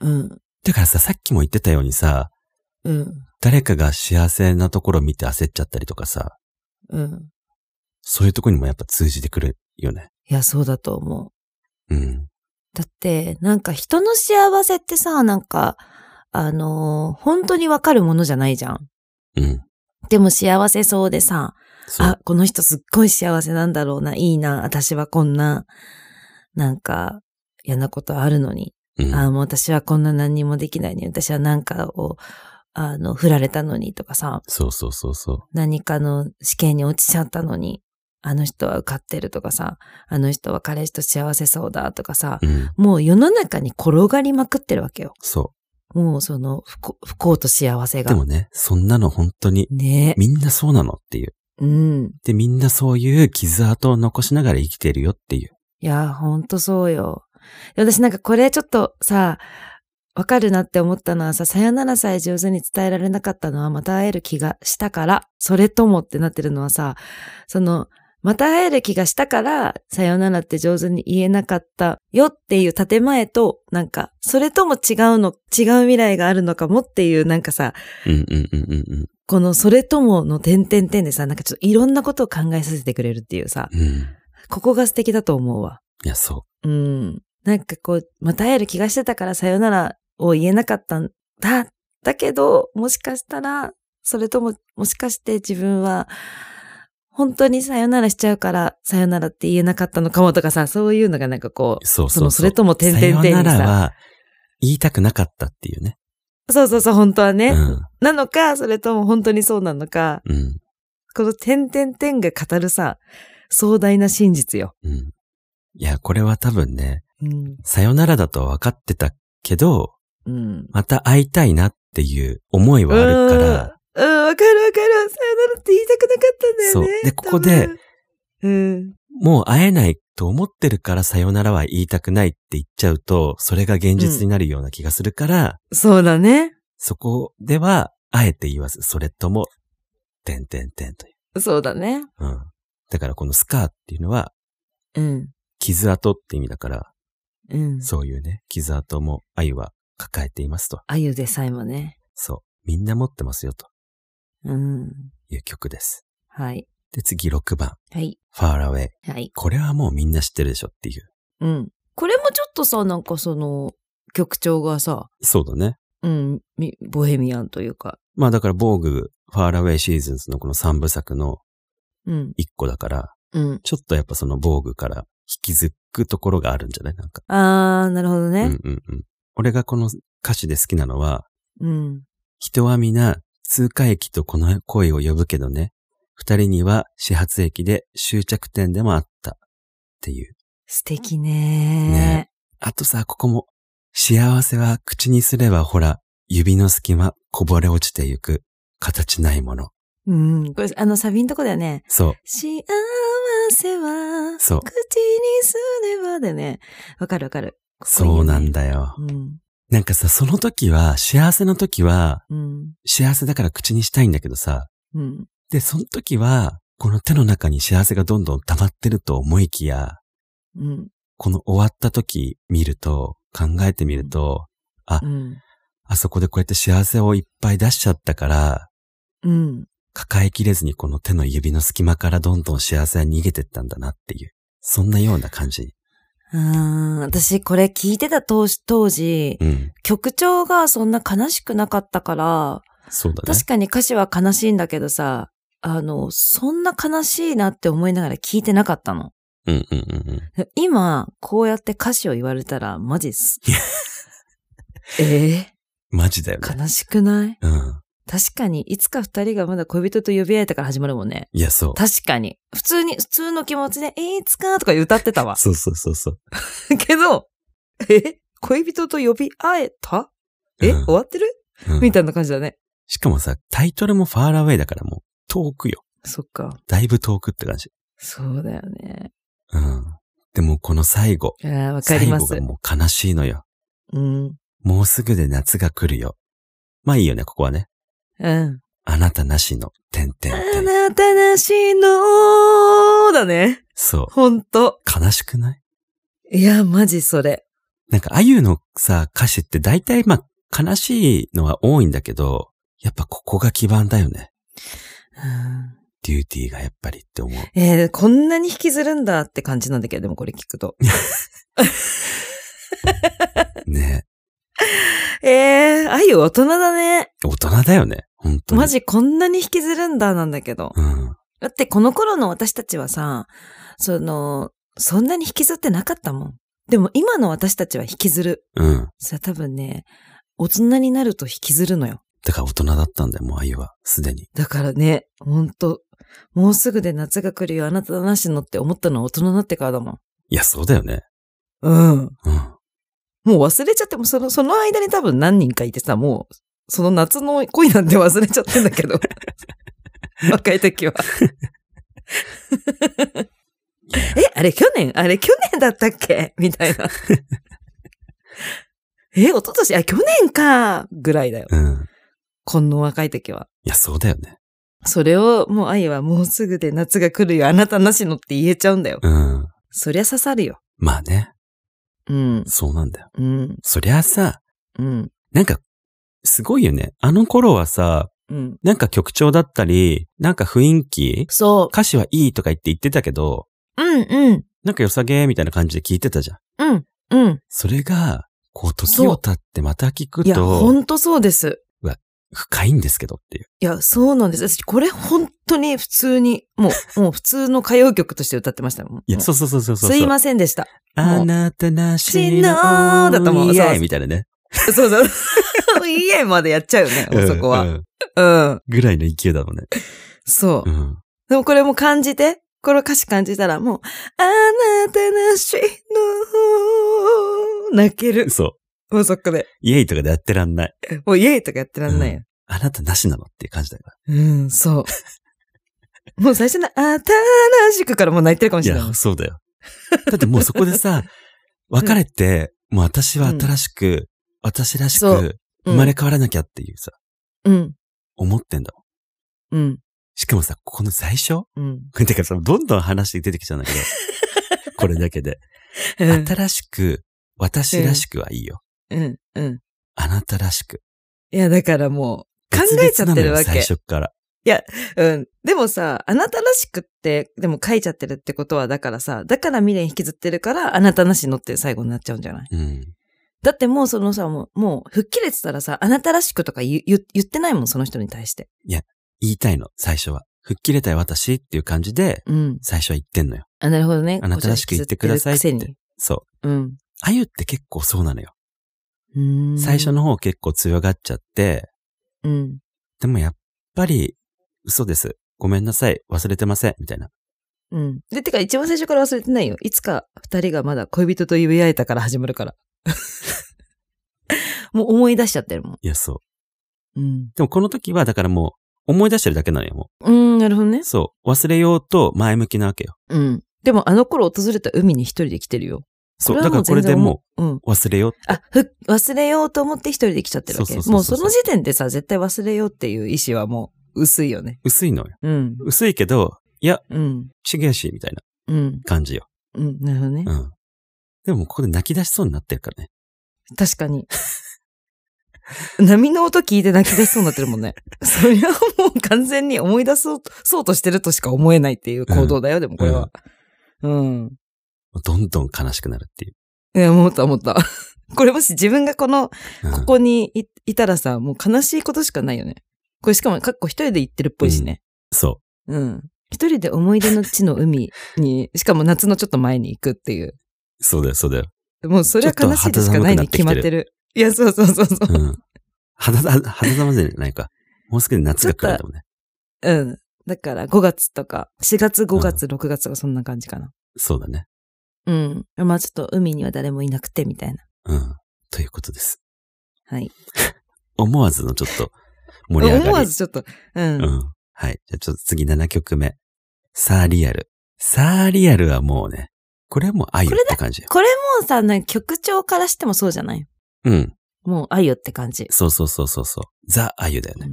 Speaker 2: うん。
Speaker 1: だからさ、さっきも言ってたようにさ、
Speaker 2: うん。
Speaker 1: 誰かが幸せなところを見て焦っちゃったりとかさ、
Speaker 2: うん。
Speaker 1: そういうとこにもやっぱ通じてくるよね。
Speaker 2: いや、そうだと思う。
Speaker 1: うん。
Speaker 2: だって、なんか人の幸せってさ、なんか、あのー本当にわかるものじゃないじゃん。
Speaker 1: うん。
Speaker 2: でも幸せそうでさ、
Speaker 1: そう
Speaker 2: あ。、この人すっごい幸せなんだろうな、いいな、私はこんな、なんか、嫌なことあるのに、
Speaker 1: うん、
Speaker 2: あーもう私はこんな何にもできないのに、私はなんかを、あの、振られたのにとかさ、
Speaker 1: そうそうそうそ
Speaker 2: 何かの試験に落ちちゃったのに、あの人は受かってるとかさ、あの人は彼氏と幸せそうだとかさ、
Speaker 1: う。うん。
Speaker 2: もう世の中に転がりまくってるわけよ。
Speaker 1: そ
Speaker 2: もうその不幸不幸と幸せ
Speaker 1: う。で
Speaker 2: が。
Speaker 1: もね、そんなの本当に、
Speaker 2: ね
Speaker 1: みんなそうなのっていう。
Speaker 2: うん。
Speaker 1: で、みんなそういう傷跡を残しながら生きてるよっていう。
Speaker 2: いやー、ほんとそうよ。私なんかこれちょっとさ、わかるなって思ったのはさ、さよならさえ上手に伝えられなかったのはまた会える気がしたから、それともってなってるのはさ、その、また会える気がしたから、さよならって上手に言えなかったよっていう建前と、なんか、それとも違うの、違う未来があるのかもっていう、なんかさ、
Speaker 1: うんうんうんうん
Speaker 2: このそれともの点々点でさ、なんかちょっといろんなことを考えさせてくれるっていうさ、
Speaker 1: うん。うん。
Speaker 2: ここが素敵だと思うわ。
Speaker 1: いや、そ
Speaker 2: うん。なんかこう、また会える気がしてたからさよならを言えなかったんだ。だけど、もしかしたら、それとも、もしかして自分は、本当にさよならしちゃうから、さよならって言えなかったのかもとかさ、そういうのがなんかこ
Speaker 1: う。そう
Speaker 2: う、
Speaker 1: そう
Speaker 2: その、それとも点々
Speaker 1: さ
Speaker 2: 点
Speaker 1: よ
Speaker 2: に
Speaker 1: なら
Speaker 2: さ、
Speaker 1: は、言いたくなかったっていうね。
Speaker 2: そうそうそう、本当は
Speaker 1: う
Speaker 2: ね。
Speaker 1: ん。
Speaker 2: なのか、それとも本当にそうなのか、
Speaker 1: うん。
Speaker 2: この点々点が語るさ、壮大な真実よ。
Speaker 1: うん。いや、これは多分ね、
Speaker 2: うん。
Speaker 1: さよならだと分かってたけど、
Speaker 2: うん。
Speaker 1: また会いたいなっていう思いはあるから、
Speaker 2: うん、うんわかるわかる。さよならって言いたくなかったんだよね。
Speaker 1: そうでここで
Speaker 2: 多分、
Speaker 1: もう会えないと思ってるからさよならは言いたくないって言っちゃうと、それが現実になるような気がするから、
Speaker 2: うん。そうだね。
Speaker 1: そこでは、あえて言わず、それとも、てんてんてんという。
Speaker 2: そうだね。
Speaker 1: うん。だからこのスカーっていうのは、
Speaker 2: うん。
Speaker 1: 傷跡って意味だから、
Speaker 2: うん。
Speaker 1: そういうね、傷跡も愛は抱えていますと。
Speaker 2: あゆでさえもね。
Speaker 1: そう。みんな持ってますよと
Speaker 2: うん。
Speaker 1: いう曲です。
Speaker 2: はい。
Speaker 1: で、次6番。
Speaker 2: はい。
Speaker 1: far away。
Speaker 2: はい。
Speaker 1: これはもうみんな知ってるでしょっていう。
Speaker 2: うん。これもちょっとさ、なんかその、曲調がさ、
Speaker 1: そうだね。
Speaker 2: うん、みボヘミアンというか、
Speaker 1: まあだから、防具、far away seasons のこの3部作の
Speaker 2: うん、
Speaker 1: 1個だから、
Speaker 2: うん。
Speaker 1: ちょっとやっぱその防具から引きずくところがあるんじゃないなんか。
Speaker 2: あー、なるほど
Speaker 1: うん
Speaker 2: ね。
Speaker 1: うんうん。俺がこの歌詞で好きなのは、
Speaker 2: うん。
Speaker 1: 人は皆通過駅とこの声を呼ぶけどね。二人には始発駅で終着点でもあった。っていう。
Speaker 2: 素敵
Speaker 1: ね
Speaker 2: ね
Speaker 1: あとさ、ここも。幸せは口にすればほら、指の隙間こぼれ落ちてゆく。形ないもの。
Speaker 2: うん。これ、あの、サビのとこだよね。
Speaker 1: そう。
Speaker 2: 幸せは、
Speaker 1: そう
Speaker 2: 口にすればでね。わかるわかる。
Speaker 1: そうなん
Speaker 2: だ。
Speaker 1: だよ
Speaker 2: う。ん。
Speaker 1: なんかさ、その時は、幸せの時は、
Speaker 2: うん。
Speaker 1: 幸せだから口にしたいんだけどさ。
Speaker 2: うん。
Speaker 1: で、その時は、この手の中に幸せがどんどん溜まってると思いきや、
Speaker 2: うん。
Speaker 1: この終わった時見ると、考えてみると、
Speaker 2: うん。
Speaker 1: あそこでこうやって幸せをいっぱい出しちゃったから、
Speaker 2: うん。
Speaker 1: 抱えきれずにこの手の指の隙間からどんどん幸せは逃げてったんだなっていう、そんなような感じ。
Speaker 2: うーん。私、これ聞いてた当時、当時、
Speaker 1: うん。
Speaker 2: 曲調がそんな悲しくなかったから、
Speaker 1: そうだね。
Speaker 2: 確かに歌詞は悲しいんだけどさ、あの、そんな悲しいなって思いながら聞いてなかったの。
Speaker 1: うんうんうんうん。
Speaker 2: 今、こうやって歌詞を言われたら、マジっ す。え
Speaker 1: マジだよ
Speaker 2: え
Speaker 1: ね。
Speaker 2: 悲しくない
Speaker 1: うん。
Speaker 2: 確かに、いつか二人がまだ恋人と呼び合えたから始まるもんね。
Speaker 1: いや、そう。
Speaker 2: 確かに。普通に、普通の気持ちで、いつかとか歌ってたわ。
Speaker 1: そうそうそうそう。
Speaker 2: けど、え恋人と呼び合えたえ、
Speaker 1: うん
Speaker 2: 終わってる
Speaker 1: うん
Speaker 2: みたいな感じだね。
Speaker 1: しかもさ、タイトルもファーラウェイだからもう、遠くよ。
Speaker 2: そっか。
Speaker 1: だいぶ遠くって感じ。
Speaker 2: そうだよね。
Speaker 1: うん。でもこの最後。
Speaker 2: あーわかりま
Speaker 1: 最
Speaker 2: す。
Speaker 1: 後がもう悲しいのよ。
Speaker 2: うん。
Speaker 1: もうすぐで夏が来るよ。まあいいよね、ここはね。
Speaker 2: うん。
Speaker 1: あなたなしの、てんてんて
Speaker 2: あ
Speaker 1: ん。
Speaker 2: なたなしのだね。
Speaker 1: そう。
Speaker 2: ほんと。
Speaker 1: 悲しくない
Speaker 2: いや、マジそれ。
Speaker 1: なんか、あゆのさ、歌詞って大体まあ、悲しいのは多いんだけど、やっぱここが基盤だよね。
Speaker 2: うん
Speaker 1: デューティーがやっぱりって思う。
Speaker 2: えーこんなに引きずるんだって感じなんだけど、でもこれ聞く と。
Speaker 1: ね
Speaker 2: えー、あゆ大人だね。
Speaker 1: 大人だよね。本当に。
Speaker 2: マジこんなに引きずるんだなんだけど。
Speaker 1: うん。
Speaker 2: だってこの頃の私たちはさ、その、そんなに引きずってなかったもん。でも今の私たちは引きずる。
Speaker 1: うん。
Speaker 2: それは多分ね、大人になると引きずるのよ。
Speaker 1: だから大人だったんだよ、もうあゆは。すでに。
Speaker 2: だからね、ほんと、もうすぐで夏が来るよ、あなたなしのって思ったのは大人になってからだもん。
Speaker 1: いや、そうだよね。
Speaker 2: うん。
Speaker 1: うん。
Speaker 2: もう忘れちゃっても、その、その間に多分何人かいてさ、もう、その夏の恋なんて忘れちゃってんだけど。若い時は。え、あれ去年あれ去年だったっけみたいな。え、一昨年あ、去年かぐらいだよ。
Speaker 1: うん。
Speaker 2: この若い時は。
Speaker 1: いや、そうだよね。
Speaker 2: それをもう愛はもうすぐで夏が来るよ、あなたなしのって言えちゃうんだよ。
Speaker 1: うん。
Speaker 2: そりゃ刺さるよ。
Speaker 1: まあね。
Speaker 2: うん。
Speaker 1: そうなんだよ。
Speaker 2: うん。
Speaker 1: そりゃさ、
Speaker 2: うん。
Speaker 1: なんか、すごいよね。あの頃はさ、
Speaker 2: うん。
Speaker 1: なんか曲調だったり、なんか雰囲気、
Speaker 2: そ
Speaker 1: 歌詞はいいとか言って言ってたけど、
Speaker 2: う。うんうん。
Speaker 1: なんか良さげみたいな感じで聞いてたじゃん。
Speaker 2: うん。うん。
Speaker 1: それが、こう時
Speaker 2: そう
Speaker 1: を経ってまた聞く
Speaker 2: いや、ほ
Speaker 1: と、
Speaker 2: んとそうです。
Speaker 1: 深いんですけどっていう。
Speaker 2: いや、そうなんです。私、これ本当に普通に、も う、もう普通の歌謡曲として歌ってましたもん。
Speaker 1: いや、
Speaker 2: も
Speaker 1: そうそうそうそう
Speaker 2: う
Speaker 1: そう。
Speaker 2: すいませんでした。
Speaker 1: あなたなしの、
Speaker 2: しのだと思う
Speaker 1: イエーイ
Speaker 2: そうそう
Speaker 1: みたいなね。
Speaker 2: そうそう。いいえまでやっちゃうよね、もうそこ
Speaker 1: うんう
Speaker 2: は。
Speaker 1: ん
Speaker 2: うん。
Speaker 1: ぐらいの勢いだもんね。
Speaker 2: そう
Speaker 1: う。ん。
Speaker 2: でもこれも感じて、この歌詞感じたらもう、あなたなしの、泣ける。
Speaker 1: そう。
Speaker 2: もうそこで。
Speaker 1: イエイとかでやってらんない。
Speaker 2: もうイエイとかやってらんないよ。
Speaker 1: あなたなしなのっていう感じだか
Speaker 2: うん、 そう。もう最初の、あたなしくからもう泣いてるかも
Speaker 1: ら。い
Speaker 2: しれない。
Speaker 1: や、そうだよ。だってもうそこでさ、 別れて、もう私は新しく、私らし
Speaker 2: そ
Speaker 1: く、
Speaker 2: うん
Speaker 1: 生まれ変わらなきゃっていうさ、
Speaker 2: うん、
Speaker 1: 思ってんだもん。
Speaker 2: うん、
Speaker 1: しかもさ、この最初
Speaker 2: うん。
Speaker 1: てかさ、どんどん話出てきちゃうんだけど、 これだけで。
Speaker 2: うん、
Speaker 1: 新しく、私らしくはいいよ。
Speaker 2: うん、うん。
Speaker 1: あなたらしく。
Speaker 2: いや、だからもう、考えちゃってるわ
Speaker 1: 別々なのよ最
Speaker 2: け。
Speaker 1: 初っから。
Speaker 2: うん。でもさ、あなたらしくって、でも書いちゃってるってことは、だからさ、だから未練引きずってるから、あなたなしのって最後になっちゃうんじゃない
Speaker 1: うん。
Speaker 2: だってもうそのさ、もう、もう、吹っ切れてたらさ、あなたらしくとか言う言言ってないもん、その人に対して。
Speaker 1: 言いたいの、最初は。吹っ切れたい私っていう感じで、
Speaker 2: うん。
Speaker 1: 最初は言ってんのよ。
Speaker 2: あ、なるほどね。
Speaker 1: あなたらしく言ってくださいっ
Speaker 2: こ
Speaker 1: て
Speaker 2: ちら引きずるく
Speaker 1: そう。
Speaker 2: せに。うん
Speaker 1: あゆって結構そうなのよ。
Speaker 2: うーん。
Speaker 1: 最初の方結構強がっちゃって、
Speaker 2: うん。
Speaker 1: でもやっぱり、嘘です。ごめんなさい。忘れてません。みたいな。
Speaker 2: うん。で、てか一番最初から忘れてないよ。いつか二人がまだ恋人と言い合えたから始まるから。 もう思い出しちゃってるも
Speaker 1: いや、そう。
Speaker 2: ん。うん。
Speaker 1: でもこの時は、だからもう、思い出してるだけなのよ、も
Speaker 2: うーん、なるほどね
Speaker 1: う。。そう。忘れようと前向きなわけよ。
Speaker 2: うん。でもあの頃訪れた海に一人で来てるよ。
Speaker 1: そう。
Speaker 2: は
Speaker 1: だからこれで
Speaker 2: う全然
Speaker 1: も
Speaker 2: 思う。うん。
Speaker 1: う、忘れよう。
Speaker 2: あ、ふ、忘れようと思って一人で来ちゃってるわけ。
Speaker 1: そうそうそうそう
Speaker 2: もうその時点でさ、絶対忘れようっていう意志はもう薄いよね。
Speaker 1: 薄いのよ。
Speaker 2: うん。
Speaker 1: 薄いけど、いや、
Speaker 2: うん。
Speaker 1: ちげえし、みたいな
Speaker 2: うん。
Speaker 1: 感じよ。
Speaker 2: うん。なるほどね
Speaker 1: う。ん。でももうここで泣き出しそうになってるからね。
Speaker 2: 確かに。波の音聞いて泣き出しそうになってるもん ね。そりゃもう完全に思い出そうと、そうとしてるとしか思えないっていう行動だよ、でもこれは。うん。
Speaker 1: どんどん悲しくなるっていう。
Speaker 2: いや、思った思った。 これもし自分がこの
Speaker 1: うん
Speaker 2: ここにいいたらさ、もう悲しいことしかないよね。これしかも、かっこ一人で行ってるっぽいしね。
Speaker 1: そ
Speaker 2: うん。一人で思い出の地の海に、しかも夏のちょっと前に行くっていう。
Speaker 1: う。そうだよ、そうだよ。
Speaker 2: もうそれは悲しいでしかないに決まってる。いや、そうそうそうそう。
Speaker 1: うん。肌ざ、肌ざまじゃないか。もうすぐ夏が来るんだもんね。
Speaker 2: うん。だから5月とか、4月、5月、
Speaker 1: う
Speaker 2: 6月とかそんな感じかな。
Speaker 1: そうだね。
Speaker 2: うん。まあちょっと海には誰もいなくてみたいな。
Speaker 1: うん。ということです。
Speaker 2: はい。
Speaker 1: 思わずのちょっと盛り上がり。
Speaker 2: 思わずちょっと、うん。
Speaker 1: うん。はい。じゃあちょっと次7曲目。サーリアル。サーリアルはもうね、これはもう愛よって感じよ。
Speaker 2: これもうさ、なんか曲調からしてもそうじゃない
Speaker 1: うん。
Speaker 2: もう愛よって感じ。
Speaker 1: そうそうそうそうそう。ザ・アユだよね。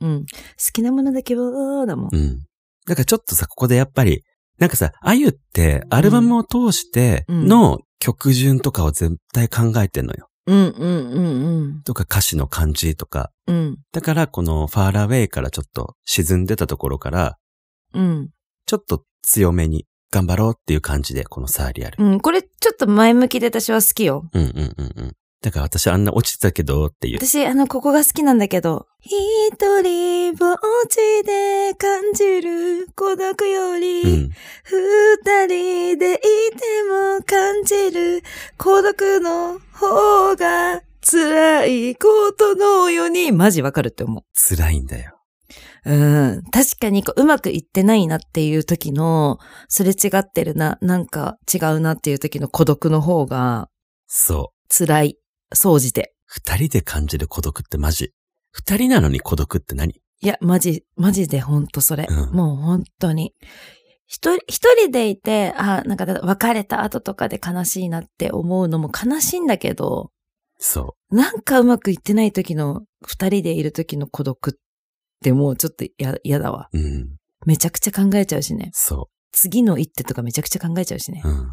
Speaker 2: うん。好きなものだけを、だもん
Speaker 1: う。ん。だからちょっとさ、ここでやっぱり、なんかさ、あゆってアルバムを通しての曲順とかを絶対考えてんのよ。
Speaker 2: うんうんうん
Speaker 1: とか歌詞の感じとか。
Speaker 2: うん。うん
Speaker 1: だからこのファーラウェイからちょっと沈んでたところから、
Speaker 2: うん。
Speaker 1: ちょっと強めに頑張ろうっていう感じで、このサーリアル。
Speaker 2: うん。これちょっと前向きで私は好きよ。
Speaker 1: うんうんうんうん。だから私あんな落ちてたけどっていう。
Speaker 2: 私、あの、ここが好きなんだけど。一人ぼっちで感じる孤独より、
Speaker 1: うん。
Speaker 2: 二人でいても感じる孤独の方が辛いことのように、マジわかるって思
Speaker 1: 辛いんだよ。
Speaker 2: う。うん。確かにこううまくいってないなっていう時の、すれ違ってるな、なんか違うなっていう時の孤独の方が
Speaker 1: そう。
Speaker 2: 辛い。総じて。
Speaker 1: 二人で感じる孤独ってマジ。二人なのに孤独って何
Speaker 2: いや、マジ、マジでほんとそれ。
Speaker 1: うん
Speaker 2: もう本当に。一人、一人でいて、あ、なんか別れた後とかで悲しいなって思うのも悲しいんだけど、
Speaker 1: そ
Speaker 2: なんかうまくいってない時の、二人でいる時の孤独ってもうちょっとや嫌だわ。
Speaker 1: うん。
Speaker 2: めちゃくちゃ考えちゃうしね。
Speaker 1: そ
Speaker 2: 次の一手とかめちゃくちゃ考えちゃうしね
Speaker 1: う。。うん。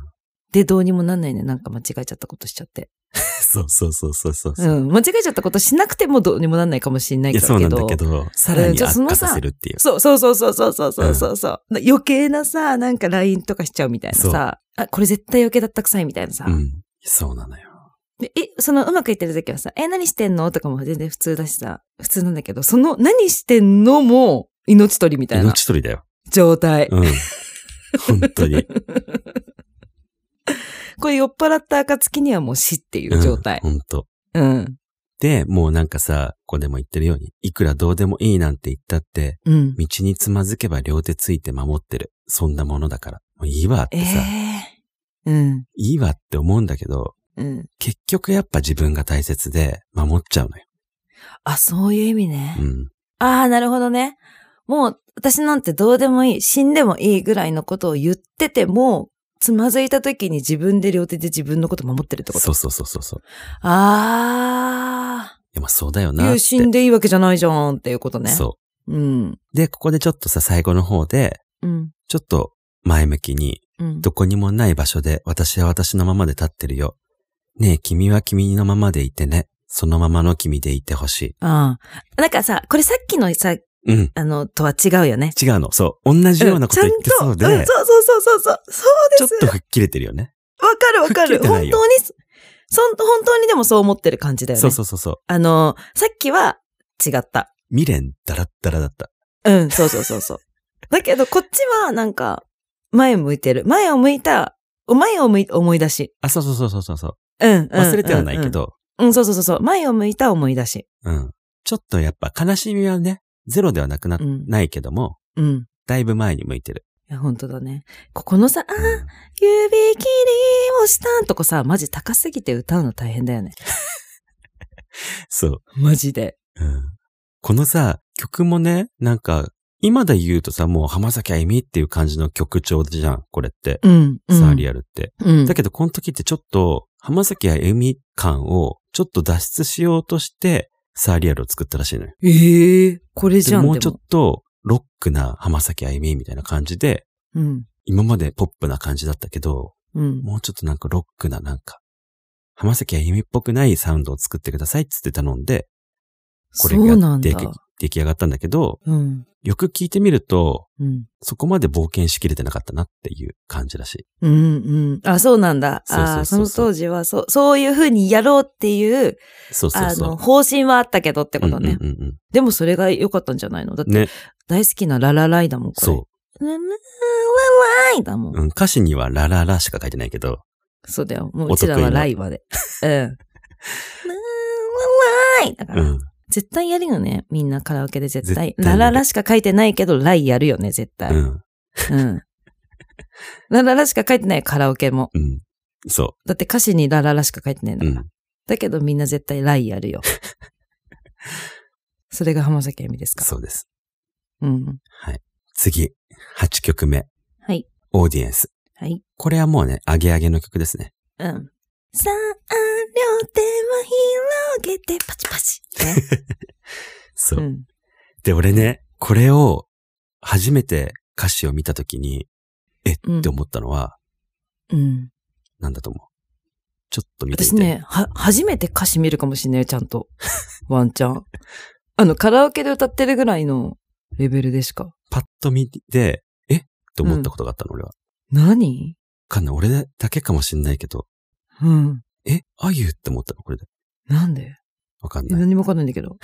Speaker 2: で、どうにもなんないね。なんか間違えちゃったことしちゃって。
Speaker 1: そうそうそうそうそうそうう。
Speaker 2: ん。間違えちゃったことしなくてもどうにもなんないかもしれない
Speaker 1: い
Speaker 2: け
Speaker 1: や、
Speaker 2: ど。
Speaker 1: そうなんだけど、さらに
Speaker 2: じゃあそ
Speaker 1: 悪
Speaker 2: の
Speaker 1: 化
Speaker 2: さ
Speaker 1: させるっていう。
Speaker 2: そうそうそうそうそうそうそうそうそう、な余計なさ、なんか LINE とかしちゃうみたいなさ。あ、これ絶対余計だったくさいみたいなさ。
Speaker 1: うん。そうなのよ。
Speaker 2: でえ、そのうまくいってる時はさ、え、何してんのとかも全然普通だしさ、普通なんだけど、その何してんのも命取りみたいな
Speaker 1: 命取りだよ。
Speaker 2: 状態。
Speaker 1: うん。本 当に。
Speaker 2: これ酔っ払った暁にはもう死っていう状態。
Speaker 1: うん、本当。
Speaker 2: うん。
Speaker 1: で、もうなんかさ、ここでも言ってるように、いくらどうでもいいなんて言ったって、
Speaker 2: うん。
Speaker 1: 道につまずけば両手ついて守ってる。そんなものだから。もういいわって
Speaker 2: え
Speaker 1: さ、
Speaker 2: えうん。
Speaker 1: いいわって思うんだけど、
Speaker 2: うん。
Speaker 1: 結局やっぱ自分が大切で守っちゃうのよ。
Speaker 2: あ、そういう意味ね。
Speaker 1: うん。
Speaker 2: ああ、なるほどね。もう、私なんてどうでもいい、死んでもいいぐらいのことを言ってても、つまずいた時に自分で両手で自分のこと守ってるってこと
Speaker 1: そうそうそうそうそう。
Speaker 2: ああ、
Speaker 1: いやまあそうだよ
Speaker 2: い
Speaker 1: なっ
Speaker 2: や
Speaker 1: て。
Speaker 2: 死んでいいわけじゃないじゃんっていうことね。。
Speaker 1: そう
Speaker 2: うん。
Speaker 1: う。で、ここでちょっとさ、最後の方で、
Speaker 2: うん。
Speaker 1: ちょっと前向きに、
Speaker 2: うん。
Speaker 1: どこにもない場所で私は私のままで立ってるよ。ねえ、君は君のままでいてね。そのままの君でいてほし
Speaker 2: ああ。なんかさ、これさっきのさ、
Speaker 1: い。うん。
Speaker 2: あの、とは違うよね。
Speaker 1: 違うの。そう。同じようなこと言ってそうで、
Speaker 2: んちゃんとうんそうそうそうそうそう。
Speaker 1: ち
Speaker 2: そ
Speaker 1: ょ
Speaker 2: うで
Speaker 1: っ
Speaker 2: す。
Speaker 1: と吹っ切れてるよね。
Speaker 2: わかるわか
Speaker 1: 吹っ切れ
Speaker 2: る。
Speaker 1: て
Speaker 2: 本当
Speaker 1: ない
Speaker 2: に
Speaker 1: よ、
Speaker 2: そん、本当にでもそう思ってる感じだよね。
Speaker 1: そうそうそうそう。
Speaker 2: あの、さっきは違った。
Speaker 1: 未練だらっだらだった。
Speaker 2: うん、そうそうそう そう。だけど、こっちはなんか、前を向いてる。前を向いた、前を向い、思い出し。
Speaker 1: あ、そうそうそうそうそう。
Speaker 2: うん、うん。
Speaker 1: 忘れてはないけ
Speaker 2: うん。
Speaker 1: ど、
Speaker 2: うん、そうそうそうそう。前を向いた思い出し。
Speaker 1: うん。ちょっとやっぱ悲しみはね、ゼロではなくな、
Speaker 2: うん
Speaker 1: ないけども、
Speaker 2: うん。
Speaker 1: だいぶ前に向いてる。
Speaker 2: いや、本当だね。ここのさ、あー
Speaker 1: うん
Speaker 2: 指切りをしたんとこさ、マジ高すぎて歌うの大変だよね。
Speaker 1: そう。
Speaker 2: マジで。
Speaker 1: うん。このさ、曲もね、なんか、今で言うとさ、もう浜崎あゆみっていう感じの曲調じゃん、これって。
Speaker 2: うん。うん、
Speaker 1: さあ、リアルって。
Speaker 2: うん。
Speaker 1: だけど、この時ってちょっと、浜崎あゆみ感をちょっと脱出しようとして、さあリアルを作ったらしいのよ。
Speaker 2: ええこれじ
Speaker 1: で
Speaker 2: ゃん。
Speaker 1: もうちょ
Speaker 2: で
Speaker 1: っと、ロックな浜崎あゆみみたいな感じで、
Speaker 2: もうん。
Speaker 1: 今までポップな感じだったけど、
Speaker 2: うん。
Speaker 1: もうちょっとなんかロックななんか、浜崎あゆみっぽくないサウンドを作ってくださいっつって頼んで、これ
Speaker 2: そうな
Speaker 1: が
Speaker 2: ん
Speaker 1: 出
Speaker 2: だ
Speaker 1: 来。出来上がったんだけど、
Speaker 2: うん。
Speaker 1: よく聞いてみると、
Speaker 2: うん。
Speaker 1: そこまで冒険しきれてなかったなっていう感じらしい。
Speaker 2: うんうん。あ、そうなんだ。
Speaker 1: そうそうそうそう
Speaker 2: あその当時は、そう、そういうふうにやろうっていう、
Speaker 1: そうそう
Speaker 2: あ
Speaker 1: そう。
Speaker 2: の、方針はあったけどってことね。
Speaker 1: うんうんうん
Speaker 2: でもそれが良かったんじゃないのだっ
Speaker 1: うん、
Speaker 2: て、
Speaker 1: ね、
Speaker 2: 大好きなララライだもん、これ。
Speaker 1: そ
Speaker 2: ラララライだもん。
Speaker 1: う、うん。歌詞にはラララしか書いてないけど、
Speaker 2: そうだよ。もう
Speaker 1: お
Speaker 2: うち
Speaker 1: 得意
Speaker 2: ら
Speaker 1: な
Speaker 2: はライまで。 うん。ララライだか
Speaker 1: う
Speaker 2: ら、
Speaker 1: ん。
Speaker 2: 絶対やるよね。みんなカラオケで絶対。
Speaker 1: 絶対や
Speaker 2: ラ
Speaker 1: る
Speaker 2: ララしか書いてないけど、ライやるよね、絶対。
Speaker 1: う
Speaker 2: うん。
Speaker 1: ん。
Speaker 2: ラララしか書いてないよカラオケも。
Speaker 1: うん。そ
Speaker 2: だって歌詞にラララしか書いてないん
Speaker 1: う。
Speaker 2: だ
Speaker 1: う
Speaker 2: から。
Speaker 1: ん。
Speaker 2: だけどみんな絶対ライや るよ。それが浜崎あゆみですか
Speaker 1: そうです。
Speaker 2: うん。
Speaker 1: 次、8曲目。
Speaker 2: はい。
Speaker 1: オーディエンス。
Speaker 2: はい。
Speaker 1: これはもうね、アゲアゲの曲ですね。
Speaker 2: うん。さあ、両手を広げてパチパチ。
Speaker 1: そう。
Speaker 2: うん。
Speaker 1: で、俺ね、これを初めて歌詞を見たときに、えっ
Speaker 2: うん
Speaker 1: って思ったのは、
Speaker 2: うん。
Speaker 1: なんだと思うちょっと見てみ
Speaker 2: 私
Speaker 1: て。
Speaker 2: ね、は、初めて歌詞見るかもしんないよ、ちゃんと。ワンチャン。あの、カラオケで歌ってるぐらいのレベルでしか。
Speaker 1: パッと見て、えっと思ったことがあったの、俺は。わ
Speaker 2: 何
Speaker 1: かんない。俺だけかもしんないけど、
Speaker 2: うん。
Speaker 1: えあゆって思ったの、これで。
Speaker 2: なんで
Speaker 1: わかんない。
Speaker 2: 何もわかんないんだけど。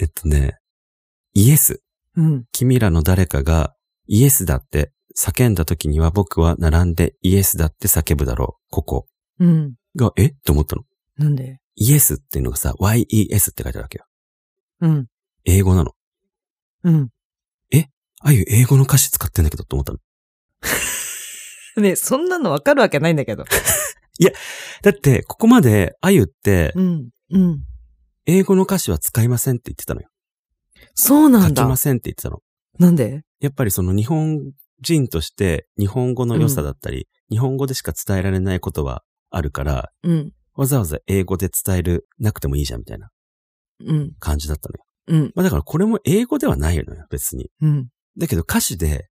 Speaker 1: えっとね、イエス。
Speaker 2: うん。うん。
Speaker 1: 君らの誰かがイエスだって叫んだ時には僕は並んでイエスだって叫ぶだろう。ここ
Speaker 2: うん。
Speaker 1: が、えって思ったの。
Speaker 2: なんで
Speaker 1: イエスっていうのがさ、YES って書いてあるわけよ。
Speaker 2: うん。
Speaker 1: 英語なの。
Speaker 2: うん。
Speaker 1: あゆ英語の歌詞使ってんだけどって思ったの。
Speaker 2: ねそんなのわかるわけないんだけ ど。
Speaker 1: だって、ここまであゆって
Speaker 2: う、ん。うん。
Speaker 1: 英語の歌詞は使いませんって言ってたのよ。
Speaker 2: そうな
Speaker 1: 書
Speaker 2: ん
Speaker 1: きま
Speaker 2: だ。
Speaker 1: せんって言ってたの。
Speaker 2: なんで
Speaker 1: やっぱりその日本人として日本語の良さだったり、日本語でしか伝えられないことはあるから、
Speaker 2: うん。
Speaker 1: わざわざ英語で伝えるなくてもいいじゃんみたいな
Speaker 2: うん。
Speaker 1: 感じだったのよ。
Speaker 2: うん。
Speaker 1: まあだからこれも英語ではないのよ、別に。
Speaker 2: うん。
Speaker 1: だけど歌詞で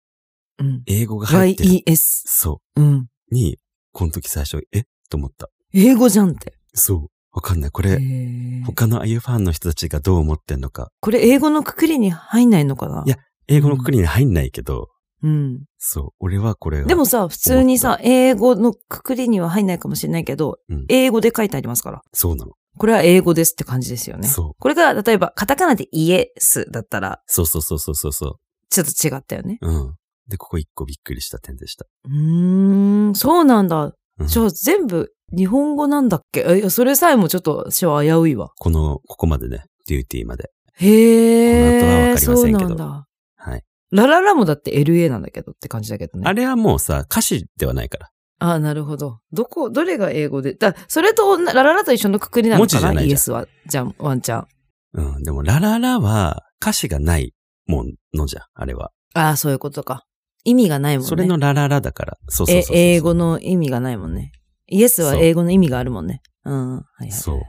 Speaker 2: うん。
Speaker 1: 英語が入ってる。
Speaker 2: YES。
Speaker 1: そ
Speaker 2: うん。
Speaker 1: う。に、この時最初、えと思った。
Speaker 2: 英語じゃんって。
Speaker 1: そう。わかんない。こ
Speaker 2: へ
Speaker 1: れ、
Speaker 2: ー
Speaker 1: 他のあゆファンの人たちがどう思ってんのか。
Speaker 2: これ英語のくくりに入んないのかない
Speaker 1: や英語の国に入んないけど、
Speaker 2: うん。
Speaker 1: そう。俺はこれが。
Speaker 2: でもさ、普通にさ、英語のくくりには入んないかもしれないけど、
Speaker 1: うん
Speaker 2: 英語で書いてありますから。
Speaker 1: そうなの。
Speaker 2: これは英語ですって感じですよね。
Speaker 1: そう。
Speaker 2: これが、例えば、カタカナでイエスだったら、
Speaker 1: そうそうそうそうそうそ
Speaker 2: ちょっと違ったよね。
Speaker 1: う。うん。で、ここ一個びっくりした点でした。
Speaker 2: うーん、そうなんだ。
Speaker 1: うん
Speaker 2: じゃあ全部日本語なんだっけえいや、それさえもちょっと私は危ういわ。
Speaker 1: この、ここまでね、デューティーまで。
Speaker 2: へえ。
Speaker 1: この後はわかりませんけど
Speaker 2: そうなんだ。
Speaker 1: はい。
Speaker 2: ラララもだって LA なんだけどって感じだけどね。
Speaker 1: あれはもうさ、歌詞ではないから。
Speaker 2: ああ、なるほど。どこ、どれが英語で。だ、それと同じラララと一緒のくくりなの
Speaker 1: 文字
Speaker 2: か
Speaker 1: じゃ
Speaker 2: な
Speaker 1: ないじゃん
Speaker 2: イエスは、じゃん、ワンちゃん。
Speaker 1: うん。でも、ラララは歌詞がないものじゃん、あれは。
Speaker 2: ああ、そういうことか。意味がないもんね。
Speaker 1: それのラララだから。そうそうそうそう
Speaker 2: え英語。の意味がないもんね。イエスは
Speaker 1: そう
Speaker 2: 英語の意味があるもんね。うん。はいはい。
Speaker 1: そう。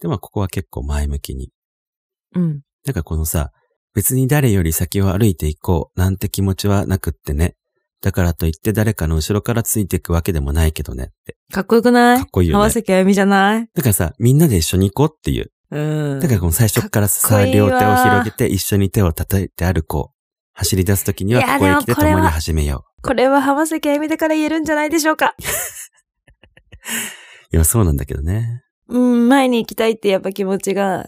Speaker 1: で、まあ、ここは結構前向きに。
Speaker 2: うん。
Speaker 1: だからこのさ、別に誰より先を歩いていこうなんて気持ちはなくってね。だからといって誰かの後ろからついていくわけでもないけどねって。
Speaker 2: かっこよくない
Speaker 1: かっこいいよね
Speaker 2: 浜崎あゆみじゃない
Speaker 1: だからさ、みんなで一緒に行こうっていう。
Speaker 2: うん。
Speaker 1: だからこの最初からさ、
Speaker 2: かっこいい
Speaker 1: 両
Speaker 2: わ
Speaker 1: 手を広げて一緒に手を叩いて歩こう。走り出すときにはい
Speaker 2: や
Speaker 1: ここへ来て
Speaker 2: でもこれは
Speaker 1: 共に始めよ
Speaker 2: これは浜崎あゆみだから言えるんじゃないでしょうか。
Speaker 1: う。いや、そうなんだけどね。
Speaker 2: うん、前に行きたいってやっぱ気持ちが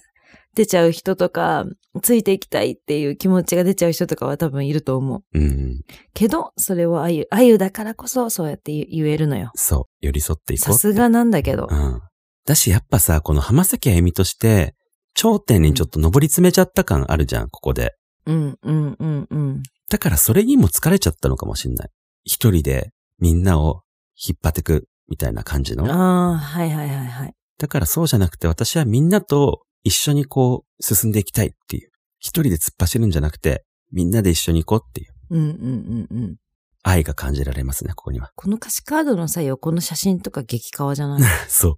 Speaker 2: 出ちゃう人とか、ついていきたいっていう気持ちが出ちゃう人とかは多分いると思う。
Speaker 1: うん。
Speaker 2: けど、それをあゆ、あゆだからこそそうやって言言えるのよ。
Speaker 1: そう。寄り添っていこう
Speaker 2: さ。すがなんだけど
Speaker 1: う。ん。だし、やっぱさ、この浜崎あゆみとして、頂点にちょっと上り詰めちゃった感あるじゃん、ここで。
Speaker 2: うん、うん、うん、うん。
Speaker 1: だからそれにも疲れちゃったのかもしんない。一人でみんなを引っ張ってくみたいな感じの。
Speaker 2: ああ、はいはいはいはい。
Speaker 1: だからそうじゃなくて私はみんなと一緒にこう進んでいきたいっていう。一人で突っ走るんじゃなくてみんなで一緒に行こうっていう
Speaker 2: うん、うん、うん、うん。
Speaker 1: 愛が感じられますね、ここには。
Speaker 2: この歌詞カードのさ、横の写真とか激カワじゃない
Speaker 1: そう。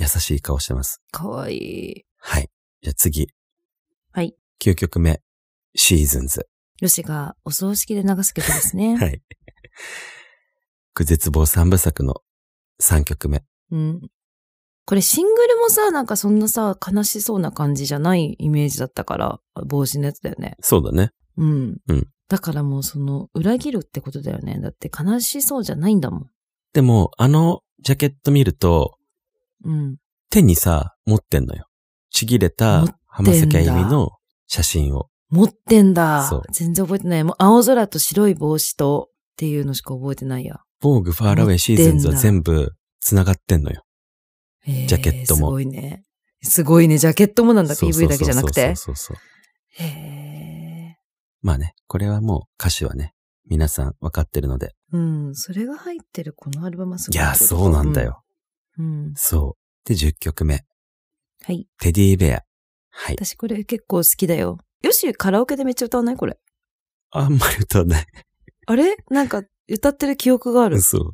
Speaker 1: 優しい顔してます。
Speaker 2: かわいい。
Speaker 1: はい。じゃあ次。
Speaker 2: はい。
Speaker 1: 9曲目。シーズンズ。
Speaker 2: よしがお葬式で流す曲ですね。
Speaker 1: はい。苦絶望三部作の3曲目。
Speaker 2: うん。これシングルもさ、なんかそんなさ、悲しそうな感じじゃないイメージだったから、帽子のやつだよね。
Speaker 1: そうだね。
Speaker 2: うん。
Speaker 1: うん
Speaker 2: だからもうその、裏切るってことだよね。だって悲しそうじゃないんだもん。
Speaker 1: でも、あのジャケット見ると、
Speaker 2: うん。
Speaker 1: 手にさ、持ってんのよ。ちぎれ
Speaker 2: 持
Speaker 1: た
Speaker 2: って
Speaker 1: 浜崎あゆみの写真を。
Speaker 2: 持ってんだ
Speaker 1: そう。
Speaker 2: 全然覚えてない。もう青空と白い帽子とっていうのしか覚えてないや。
Speaker 1: 防具、ファーラウェイ、シーズンズは
Speaker 2: 持ってん
Speaker 1: 全部繋がってんのよ。
Speaker 2: へー
Speaker 1: ジャケットも
Speaker 2: すごいね。すごいね。ジャケットもなんだ。
Speaker 1: そうそう
Speaker 2: PV だけじゃなくて。
Speaker 1: そうそうそうそう。
Speaker 2: へ
Speaker 1: まあね、これはもう歌詞はね、皆さんわかってるので。
Speaker 2: ーうん。それが入ってるこのアルバムはすごいっ
Speaker 1: い
Speaker 2: て
Speaker 1: や、
Speaker 2: ことか
Speaker 1: そうなんだ。よ。
Speaker 2: うん。うん
Speaker 1: そう。で、10曲目。
Speaker 2: はい。
Speaker 1: テディベア。はい。
Speaker 2: 私これ結構好きだよ。よし、カラオケでめっちゃ歌わないこれ。
Speaker 1: あんまり歌わない。
Speaker 2: あれなんか歌ってる記憶がある。
Speaker 1: そ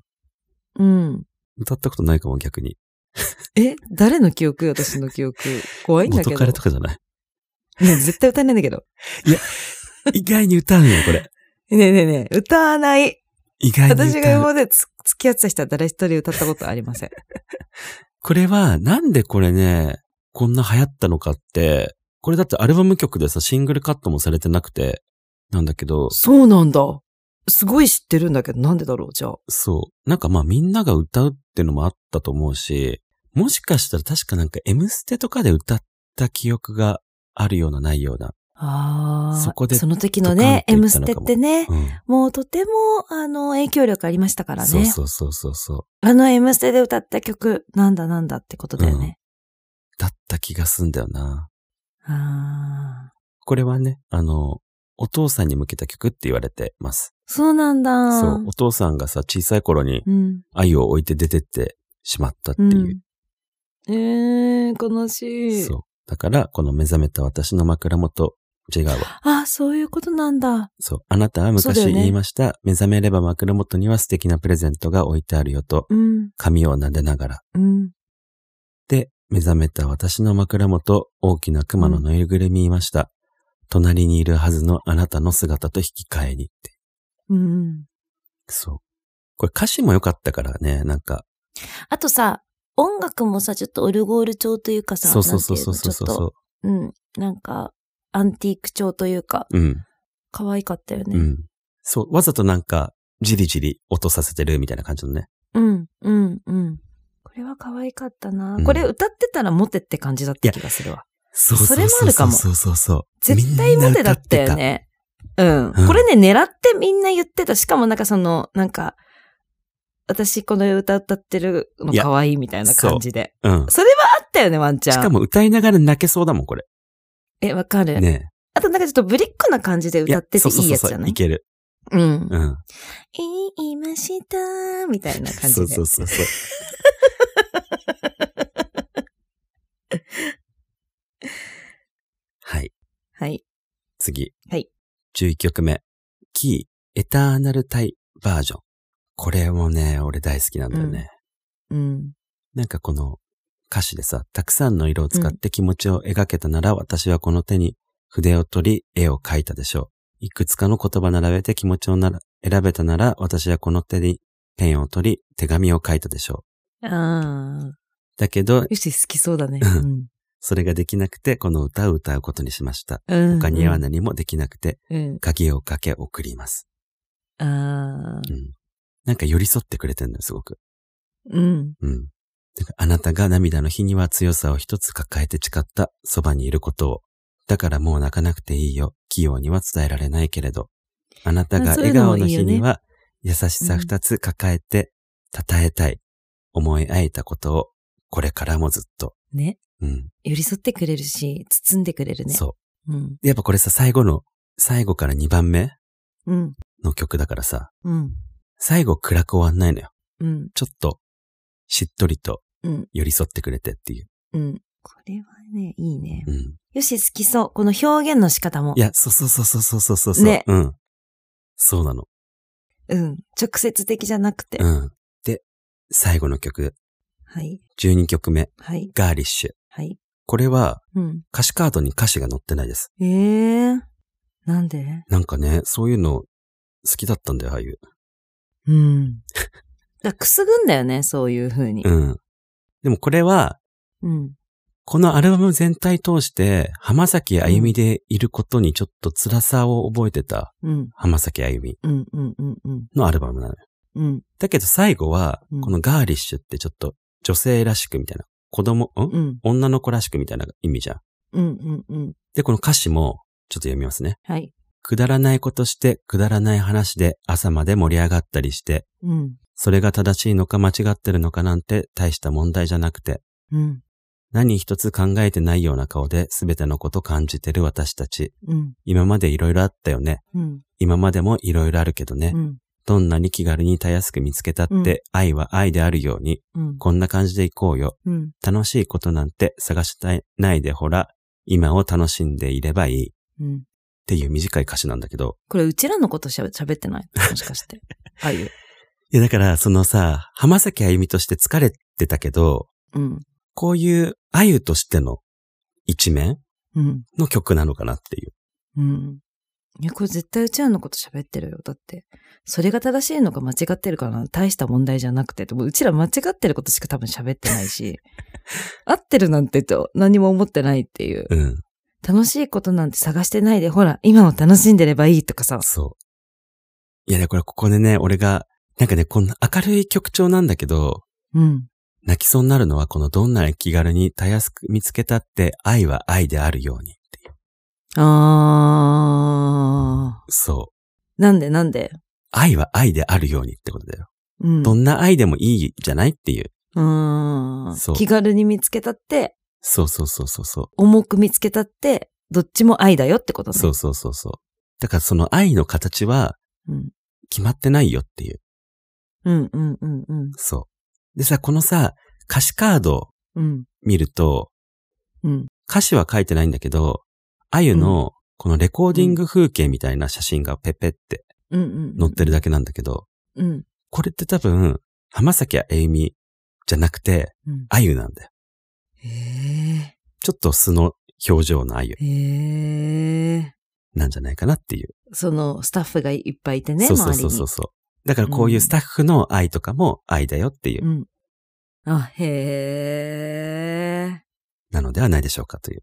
Speaker 2: う
Speaker 1: う。
Speaker 2: ん。
Speaker 1: 歌ったことないかも、逆に。
Speaker 2: え誰の記憶私の記憶。怖いんだけ
Speaker 1: 元
Speaker 2: ど。
Speaker 1: 彼とかじゃない。
Speaker 2: ね絶対歌えないんだけど。
Speaker 1: 意外に歌うのよ、これ。
Speaker 2: ねえねえねえ、歌わない。
Speaker 1: 意外に歌う。
Speaker 2: 私が今までつ付き合ってた人は誰一人歌ったことあり ません。
Speaker 1: これは、なんでこれね、こんな流行ったのかって、これだってアルバム曲でさ、シングルカットもされてなくて、なんだけど、
Speaker 2: そうなんだ。すごい知ってるんだけど、なんでだろうじゃあ。
Speaker 1: そう。なんかまあみんなが歌うってのもあったと思うし、もしかしたら確かなんか M ステとかで歌った記憶があるようなないような。
Speaker 2: あー
Speaker 1: そこで
Speaker 2: その時のね、
Speaker 1: ドカン
Speaker 2: M
Speaker 1: と
Speaker 2: ス
Speaker 1: いった
Speaker 2: テっ
Speaker 1: のかも
Speaker 2: てね、
Speaker 1: うん。
Speaker 2: もうとても、あの、影響力ありましたからね。
Speaker 1: そうそうそうそうそう。
Speaker 2: あの M ステで歌った曲、なんだなんだってことだよね。
Speaker 1: だった気がすんだよな。
Speaker 2: ああ。
Speaker 1: これはね、あの、お父さんに向けた曲って言われてます。
Speaker 2: そうなんだ。
Speaker 1: そう。お父さんがさ、小さい頃に
Speaker 2: うん。
Speaker 1: 愛を置いて出てってしまったって
Speaker 2: う
Speaker 1: い
Speaker 2: ん。
Speaker 1: う。
Speaker 2: ええ悲しい。
Speaker 1: そう。だから、この目覚めた私の枕元、違うわ。
Speaker 2: あ、そういうことなんだ。
Speaker 1: そう。あなたは
Speaker 2: そうだよ
Speaker 1: 昔
Speaker 2: ね
Speaker 1: 言いました、目覚めれば枕元には素敵なプレゼントが置いてあるよと、
Speaker 2: うん。
Speaker 1: 髪を撫でながら。
Speaker 2: うん。
Speaker 1: で、目覚めた私の枕元、大きな熊のぬいぐるみいました。隣にいるはずのあなたの姿と引き換えにって。
Speaker 2: うん。
Speaker 1: そう。これ歌詞も良かったからね、なんか。
Speaker 2: あとさ、音楽もさ、ちょっとオルゴール調というかさ、
Speaker 1: そうそうそうそうそ
Speaker 2: なん
Speaker 1: う
Speaker 2: ていのちょっ
Speaker 1: そ
Speaker 2: とうん。なんか、アンティーク調というか、
Speaker 1: う。うん。
Speaker 2: 可愛かったよ
Speaker 1: う
Speaker 2: ね。
Speaker 1: ん。そう、わざとなんか、じりじり落とさせてるみたいな感じのね。
Speaker 2: うん、うん、うん。これは可愛かったな、
Speaker 1: うん
Speaker 2: これ歌ってたらモテって感じだった気がするわ。
Speaker 1: そう
Speaker 2: そうそうそうそれもあるかも
Speaker 1: そうそうそう。
Speaker 2: 絶対モテだったよね。うん。
Speaker 1: うん
Speaker 2: これね、狙ってみんな言ってた。しかもなんかその、なんか、私この歌歌ってるの可愛いみたいな感じで。
Speaker 1: みんな歌ってた。
Speaker 2: それはあったよね、ワンち
Speaker 1: うん。
Speaker 2: ゃん。
Speaker 1: しかも歌いながら泣けそうだもん、これ。
Speaker 2: え、わかる、
Speaker 1: ね
Speaker 2: あとなんかちょっとブリックな感じで
Speaker 1: え。
Speaker 2: 歌ってて
Speaker 1: そうそ
Speaker 2: いうい
Speaker 1: そう
Speaker 2: やつ
Speaker 1: そう
Speaker 2: じゃない
Speaker 1: いける。
Speaker 2: うん。
Speaker 1: うん。
Speaker 2: 言いましたーみたいな感じ
Speaker 1: そ
Speaker 2: で。
Speaker 1: うそうそう そう。はい、
Speaker 2: はい。
Speaker 1: 次。
Speaker 2: はい。
Speaker 1: 11曲目。キー、エターナルタイバージョン。これもね、俺大好きなんだよね。
Speaker 2: うん。
Speaker 1: なんかこの歌詞でさ、たくさんの色を使って気持ちを描けたなら、私はこの手に筆を取り、絵を描いたでしょう。いくつかの言葉並べて気持ちをなら選べたなら、私はこの手にペンを取り、手紙を書いたでしょ
Speaker 2: ああ。
Speaker 1: う。だけど、
Speaker 2: よし、好きそうだね。
Speaker 1: う
Speaker 2: うん。
Speaker 1: それができなくて、この歌を歌うことにしました。
Speaker 2: うん。
Speaker 1: 他には何もできなくて、
Speaker 2: うん。
Speaker 1: 鍵をかけ送ります。
Speaker 2: ああ
Speaker 1: う。ん。なんか寄り添ってくれてるのよ、すごく。
Speaker 2: うん。
Speaker 1: うん。だからあなたが涙の日には強さを一つ抱えて誓ったそばにいることを。だからもう泣かなくていいよ。器用には伝えられないけれど。あなたが
Speaker 2: あそうい
Speaker 1: 笑
Speaker 2: うのも
Speaker 1: 顔
Speaker 2: い
Speaker 1: の
Speaker 2: いよ
Speaker 1: 日
Speaker 2: ね
Speaker 1: には優しさ二つ抱えて称えたい。思い合えたことをこれからもずっと。
Speaker 2: ね。
Speaker 1: うん。
Speaker 2: 寄り添ってくれるし、包んでくれるね。。
Speaker 1: そう
Speaker 2: うん。
Speaker 1: う。やっぱこれさ、最後の、最後から2番目
Speaker 2: うん。
Speaker 1: の曲だからさ、
Speaker 2: うん。
Speaker 1: 最後暗く終わんないのよ。
Speaker 2: うん。
Speaker 1: ちょっと、しっとりと
Speaker 2: うん。
Speaker 1: 寄り添ってくれてっていう。
Speaker 2: うん。これはね、いいね
Speaker 1: う。ん。
Speaker 2: よし、好きそう。この表現の仕方も。
Speaker 1: いや、そうそうそうそうそうそうそうそう。
Speaker 2: ね
Speaker 1: うん。そうなの。
Speaker 2: うん。直接的じゃなくて。
Speaker 1: うん。で、最後の曲、
Speaker 2: はい。
Speaker 1: 12曲目、
Speaker 2: はい。
Speaker 1: ガーリッシュ。
Speaker 2: はい。
Speaker 1: これは
Speaker 2: うん。
Speaker 1: 歌詞カードに歌詞が載ってないです。
Speaker 2: ええなんで
Speaker 1: なんかね、そういうの好きだったんだよ、ああいう。
Speaker 2: うん。だくすぐんだよね、そういう風に。
Speaker 1: うん。でもこれは、
Speaker 2: うん。
Speaker 1: このアルバム全体通して、浜崎あゆみでいることにちょっと辛さを覚えてた
Speaker 2: うん。
Speaker 1: 浜崎あゆみ
Speaker 2: うん。うん。うん。うん。
Speaker 1: のアルバムなのよ。
Speaker 2: うん。
Speaker 1: だけど最後は
Speaker 2: う、ん
Speaker 1: このガーリッシュってちょっと女性らしくみたいな、子供、ん
Speaker 2: うん。
Speaker 1: 女の子らしくみたいな意味じゃん。
Speaker 2: うん。うん。うん。
Speaker 1: で、この歌詞も、ちょっと読みますね。
Speaker 2: はい。
Speaker 1: くだらないことして、くだらない話で朝まで盛り上がったりして、
Speaker 2: うん。
Speaker 1: それが正しいのか間違ってるのかなんて大した問題じゃなくて、
Speaker 2: うん。
Speaker 1: 何一つ考えてないような顔で全てのこと感じてる私たち。
Speaker 2: うん。
Speaker 1: 今までいろいろあったよね。
Speaker 2: うん。
Speaker 1: 今までもいろいろあるけどね。
Speaker 2: うん。
Speaker 1: どんなに気軽にたやすく見つけたって、愛は愛であるように、
Speaker 2: うん。
Speaker 1: こんな感じでいこうよ。
Speaker 2: うん。
Speaker 1: 楽しいことなんて探したいないでほら、今を楽しんでいればいい。っ
Speaker 2: うん。
Speaker 1: ていう短い歌詞なんだけど、
Speaker 2: これ、うちらのことしゃべ喋ってないもしかして。あゆ。
Speaker 1: いや、だから、そのさ、浜崎あゆみとして疲れてたけど、
Speaker 2: うん。
Speaker 1: こういうあゆとしての一面
Speaker 2: うん。
Speaker 1: の曲なのかなっていう。
Speaker 2: うん。いや、これ絶対うちらのこと喋ってるよ。だって、それが正しいのか間違ってるかな大した問題じゃなくて。でもうちら間違ってることしか多分喋ってないし、 合ってるなんてと何も思ってないっていう。
Speaker 1: うん、
Speaker 2: 楽しいことなんて探してないで、ほら、今を楽しんでればいいとかさ。
Speaker 1: そう。いや、だからここでね、俺が、なんかね、こんな明るい曲調なんだけど、
Speaker 2: うん。
Speaker 1: 泣きそうになるのはこのどんなに気軽にたやすく見つけたって愛は愛であるようにっていう。
Speaker 2: あ
Speaker 1: そう。
Speaker 2: ー。なんでなんで
Speaker 1: 愛は愛であるようにってことだよ。
Speaker 2: うん。
Speaker 1: どんな愛でもいいじゃないっていう。
Speaker 2: う。
Speaker 1: そうん
Speaker 2: 気軽に見つけたって、
Speaker 1: そうそうそうそうそう。
Speaker 2: 重く見つけたって、どっちも愛だよってことね。
Speaker 1: そうそうそうそう。だからその愛の形は
Speaker 2: うん。
Speaker 1: 決まってないよっていう。
Speaker 2: うんうんうんうん。
Speaker 1: そう。でさ、このさ、歌詞カード
Speaker 2: うん。
Speaker 1: 見ると、
Speaker 2: うん。
Speaker 1: 歌詞は書いてないんだけど、あゆのこのレコーディング風景みたいな写真がペペって
Speaker 2: うんうん。
Speaker 1: 載ってるだけなんだけど、
Speaker 2: うん。
Speaker 1: これって多分、浜崎あゆみじゃなくて、
Speaker 2: うん。
Speaker 1: あゆなんだよ。
Speaker 2: え
Speaker 1: ちょっと素の表情のあゆ
Speaker 2: えええ
Speaker 1: なんじゃないかなっていう。
Speaker 2: そのスタッフがいっぱいいてね、
Speaker 1: そうそう
Speaker 2: 周り
Speaker 1: そ
Speaker 2: に。
Speaker 1: うそうそう。だからこういうスタッフの愛とかも愛だよっていう、
Speaker 2: うん。あ、へえ。
Speaker 1: なのではないでしょうかという。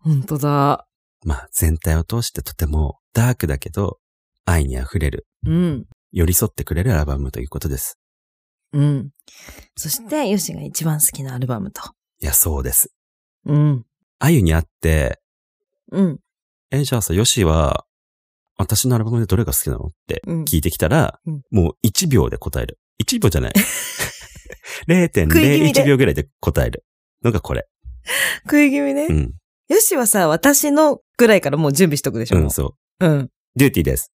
Speaker 2: 本当だ。
Speaker 1: まあ全体を通してとてもダークだけど愛に溢れる、
Speaker 2: うん。
Speaker 1: 寄り添ってくれるアルバムということです。
Speaker 2: うん。そして、ヨシが一番好きなアルバムと。
Speaker 1: いや、そうです。
Speaker 2: うん。
Speaker 1: あゆにあって、
Speaker 2: うん。
Speaker 1: え、じゃあさ、ヨシは、私のアルバムでどれが好きなのって
Speaker 2: うん
Speaker 1: 聞いてきたら、
Speaker 2: うん
Speaker 1: もう1秒で答える。1秒じゃ ない。
Speaker 2: 食い気味で
Speaker 1: 0.01秒ぐらいで答えるのがこれ。
Speaker 2: 食い気味ね
Speaker 1: う。ん。
Speaker 2: ヨシはさ、私のぐらいからもう準備しとくでしょ。
Speaker 1: う
Speaker 2: も
Speaker 1: ん、そう。
Speaker 2: ううん。
Speaker 1: デューティ ーです。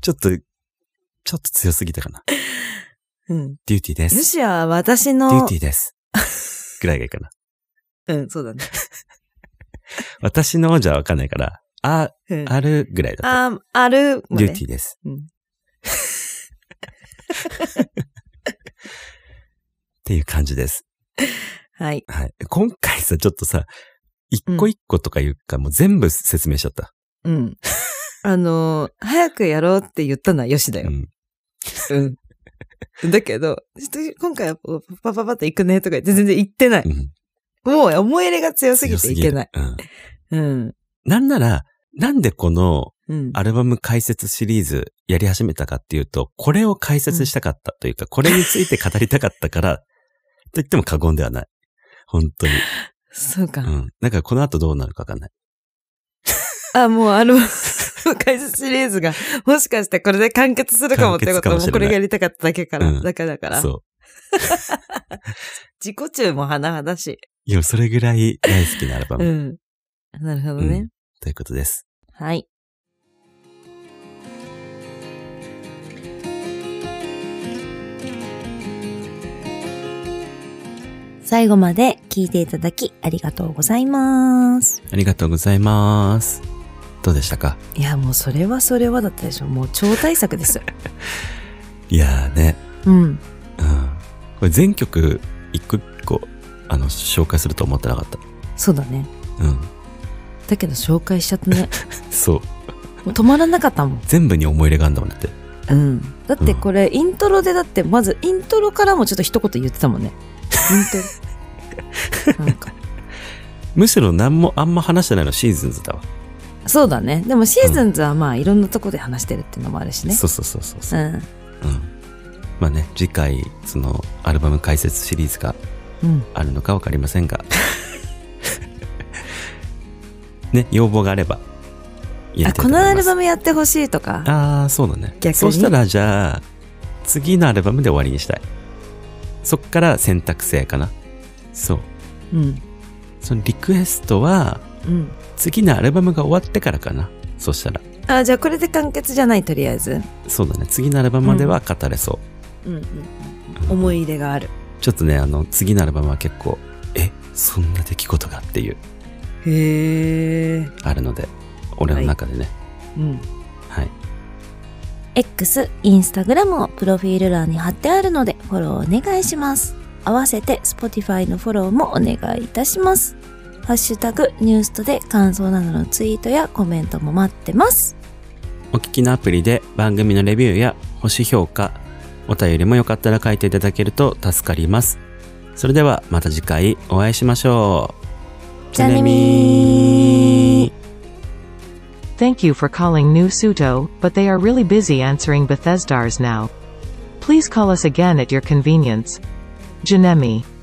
Speaker 1: ちょっと、ちょっと強すぎたかな。
Speaker 2: うん。
Speaker 1: デューティーで
Speaker 2: ヨ
Speaker 1: す。
Speaker 2: シは私
Speaker 1: デュ
Speaker 2: の
Speaker 1: ーテ、ィーです。ぐらいがいいかな。
Speaker 2: うん、そうだね。
Speaker 1: 私のじゃわかんないから、あ、
Speaker 2: うん。
Speaker 1: あるぐらいだ
Speaker 2: あ、ある
Speaker 1: と。
Speaker 2: もね、
Speaker 1: デューティーです。
Speaker 2: うん
Speaker 1: っていう感じです。
Speaker 2: はい。
Speaker 1: はい。今回さ、ちょっとさ、一個一個とかいうか、もう全部説明しちゃった。
Speaker 2: うん。あのー早くやろうって言ったのはヨシだ
Speaker 1: う
Speaker 2: よ。
Speaker 1: ん。
Speaker 2: うん。だけど、ちょっと今回はパパパパって行くねとか言って全然行ってない。
Speaker 1: うん。
Speaker 2: もう思い入れが強すぎ
Speaker 1: 強
Speaker 2: て
Speaker 1: す
Speaker 2: い
Speaker 1: ぎ
Speaker 2: け
Speaker 1: る
Speaker 2: ない。。
Speaker 1: うん。
Speaker 2: うん。
Speaker 1: なんなら、なんでこの
Speaker 2: うん。
Speaker 1: アルバム解説シリーズやり始めたかっていうと、これを解説したかった というか、これについて語りたかったから、と言っても過言ではない。本当に。
Speaker 2: そうか。
Speaker 1: うん。だからこの後どうなるかわかんない。
Speaker 2: あ、もうあの、 解説シリーズが、もしかしてこれで完結するかもってこ
Speaker 1: 完結か
Speaker 2: と
Speaker 1: も
Speaker 2: も
Speaker 1: しれないう
Speaker 2: これがやりたかっただけから、
Speaker 1: うん
Speaker 2: だからだから。
Speaker 1: そう。
Speaker 2: 自己中も甚だし。
Speaker 1: いや、それぐらい大好きなアルバム。
Speaker 2: うん。なるほどね。
Speaker 1: ということです。
Speaker 2: はい。
Speaker 5: 最後まで聞いていただきありがとうございます。
Speaker 1: ありがとうございます。どうでしたか
Speaker 2: いや、もうそれはそれはだったでしょ。もう超大作 ですよ。
Speaker 1: いやーね。
Speaker 2: うん。
Speaker 1: うん。これ全曲、一個一個、あの、紹介すると思ってなかった。
Speaker 2: そうだね。
Speaker 1: うん。
Speaker 2: だけど紹介しちゃったね。
Speaker 1: そう。
Speaker 2: もう止まらなかったもん。
Speaker 1: 全部に思い入れがあるんだもんだって。
Speaker 2: うん。だってこれ、イントロでだって、まずイントロからもちょっと一言言ってたもんね。イントロ。なんか。
Speaker 1: むしろ何もあんま話してないのシーズンズだわ。
Speaker 2: そうだね。でもシーズンズはまあ、いろんなとこで話してるっていうのもあるしね。
Speaker 1: そうそうそうそうそうう、
Speaker 2: ん。
Speaker 1: うんまあね次回そのアルバム解説シリーズが
Speaker 2: うん。
Speaker 1: あるのかわかりません がね要望があれば入れ
Speaker 2: あ、
Speaker 1: てると
Speaker 2: こ
Speaker 1: 思
Speaker 2: の
Speaker 1: います
Speaker 2: アルバムやってほしいとか。
Speaker 1: ああそうだね
Speaker 2: 逆に
Speaker 1: そうしたらじゃあ次のアルバムで終わりにしたいそっから選択制かなそう
Speaker 2: うん。
Speaker 1: そのリクエストは
Speaker 2: うん。
Speaker 1: 次のアルバムが終わってからかなそしたら
Speaker 2: あ、じゃあこれで完結じゃない、とりあえず。
Speaker 1: そうだね次のアルバムまでは語れそう、
Speaker 2: うんうん。思い入れがある。
Speaker 1: ちょっとね、あの、次のアルバムは結構、え、そんな出来事がっていう、
Speaker 2: へえ。
Speaker 1: あるので、俺の中でね。
Speaker 2: うん。
Speaker 1: はい。
Speaker 5: X、インスタグラムをプロフィール欄に貼ってあるのでフォローお願いします。合わせて Spotify のフォローもお願いいたします。ハッシュタグニュースとで感想などのツイートやコメントも待ってます。
Speaker 1: お聞きのアプリで番組のレビューや星評価、お便りもよかったら書いていただけると助かります。それではまた次回お会いしましょう。
Speaker 5: じゃあねみー
Speaker 3: Thank you for calling New Suto, but they are really busy answering Bethesdars now. Please call us again at your convenience. Janemi.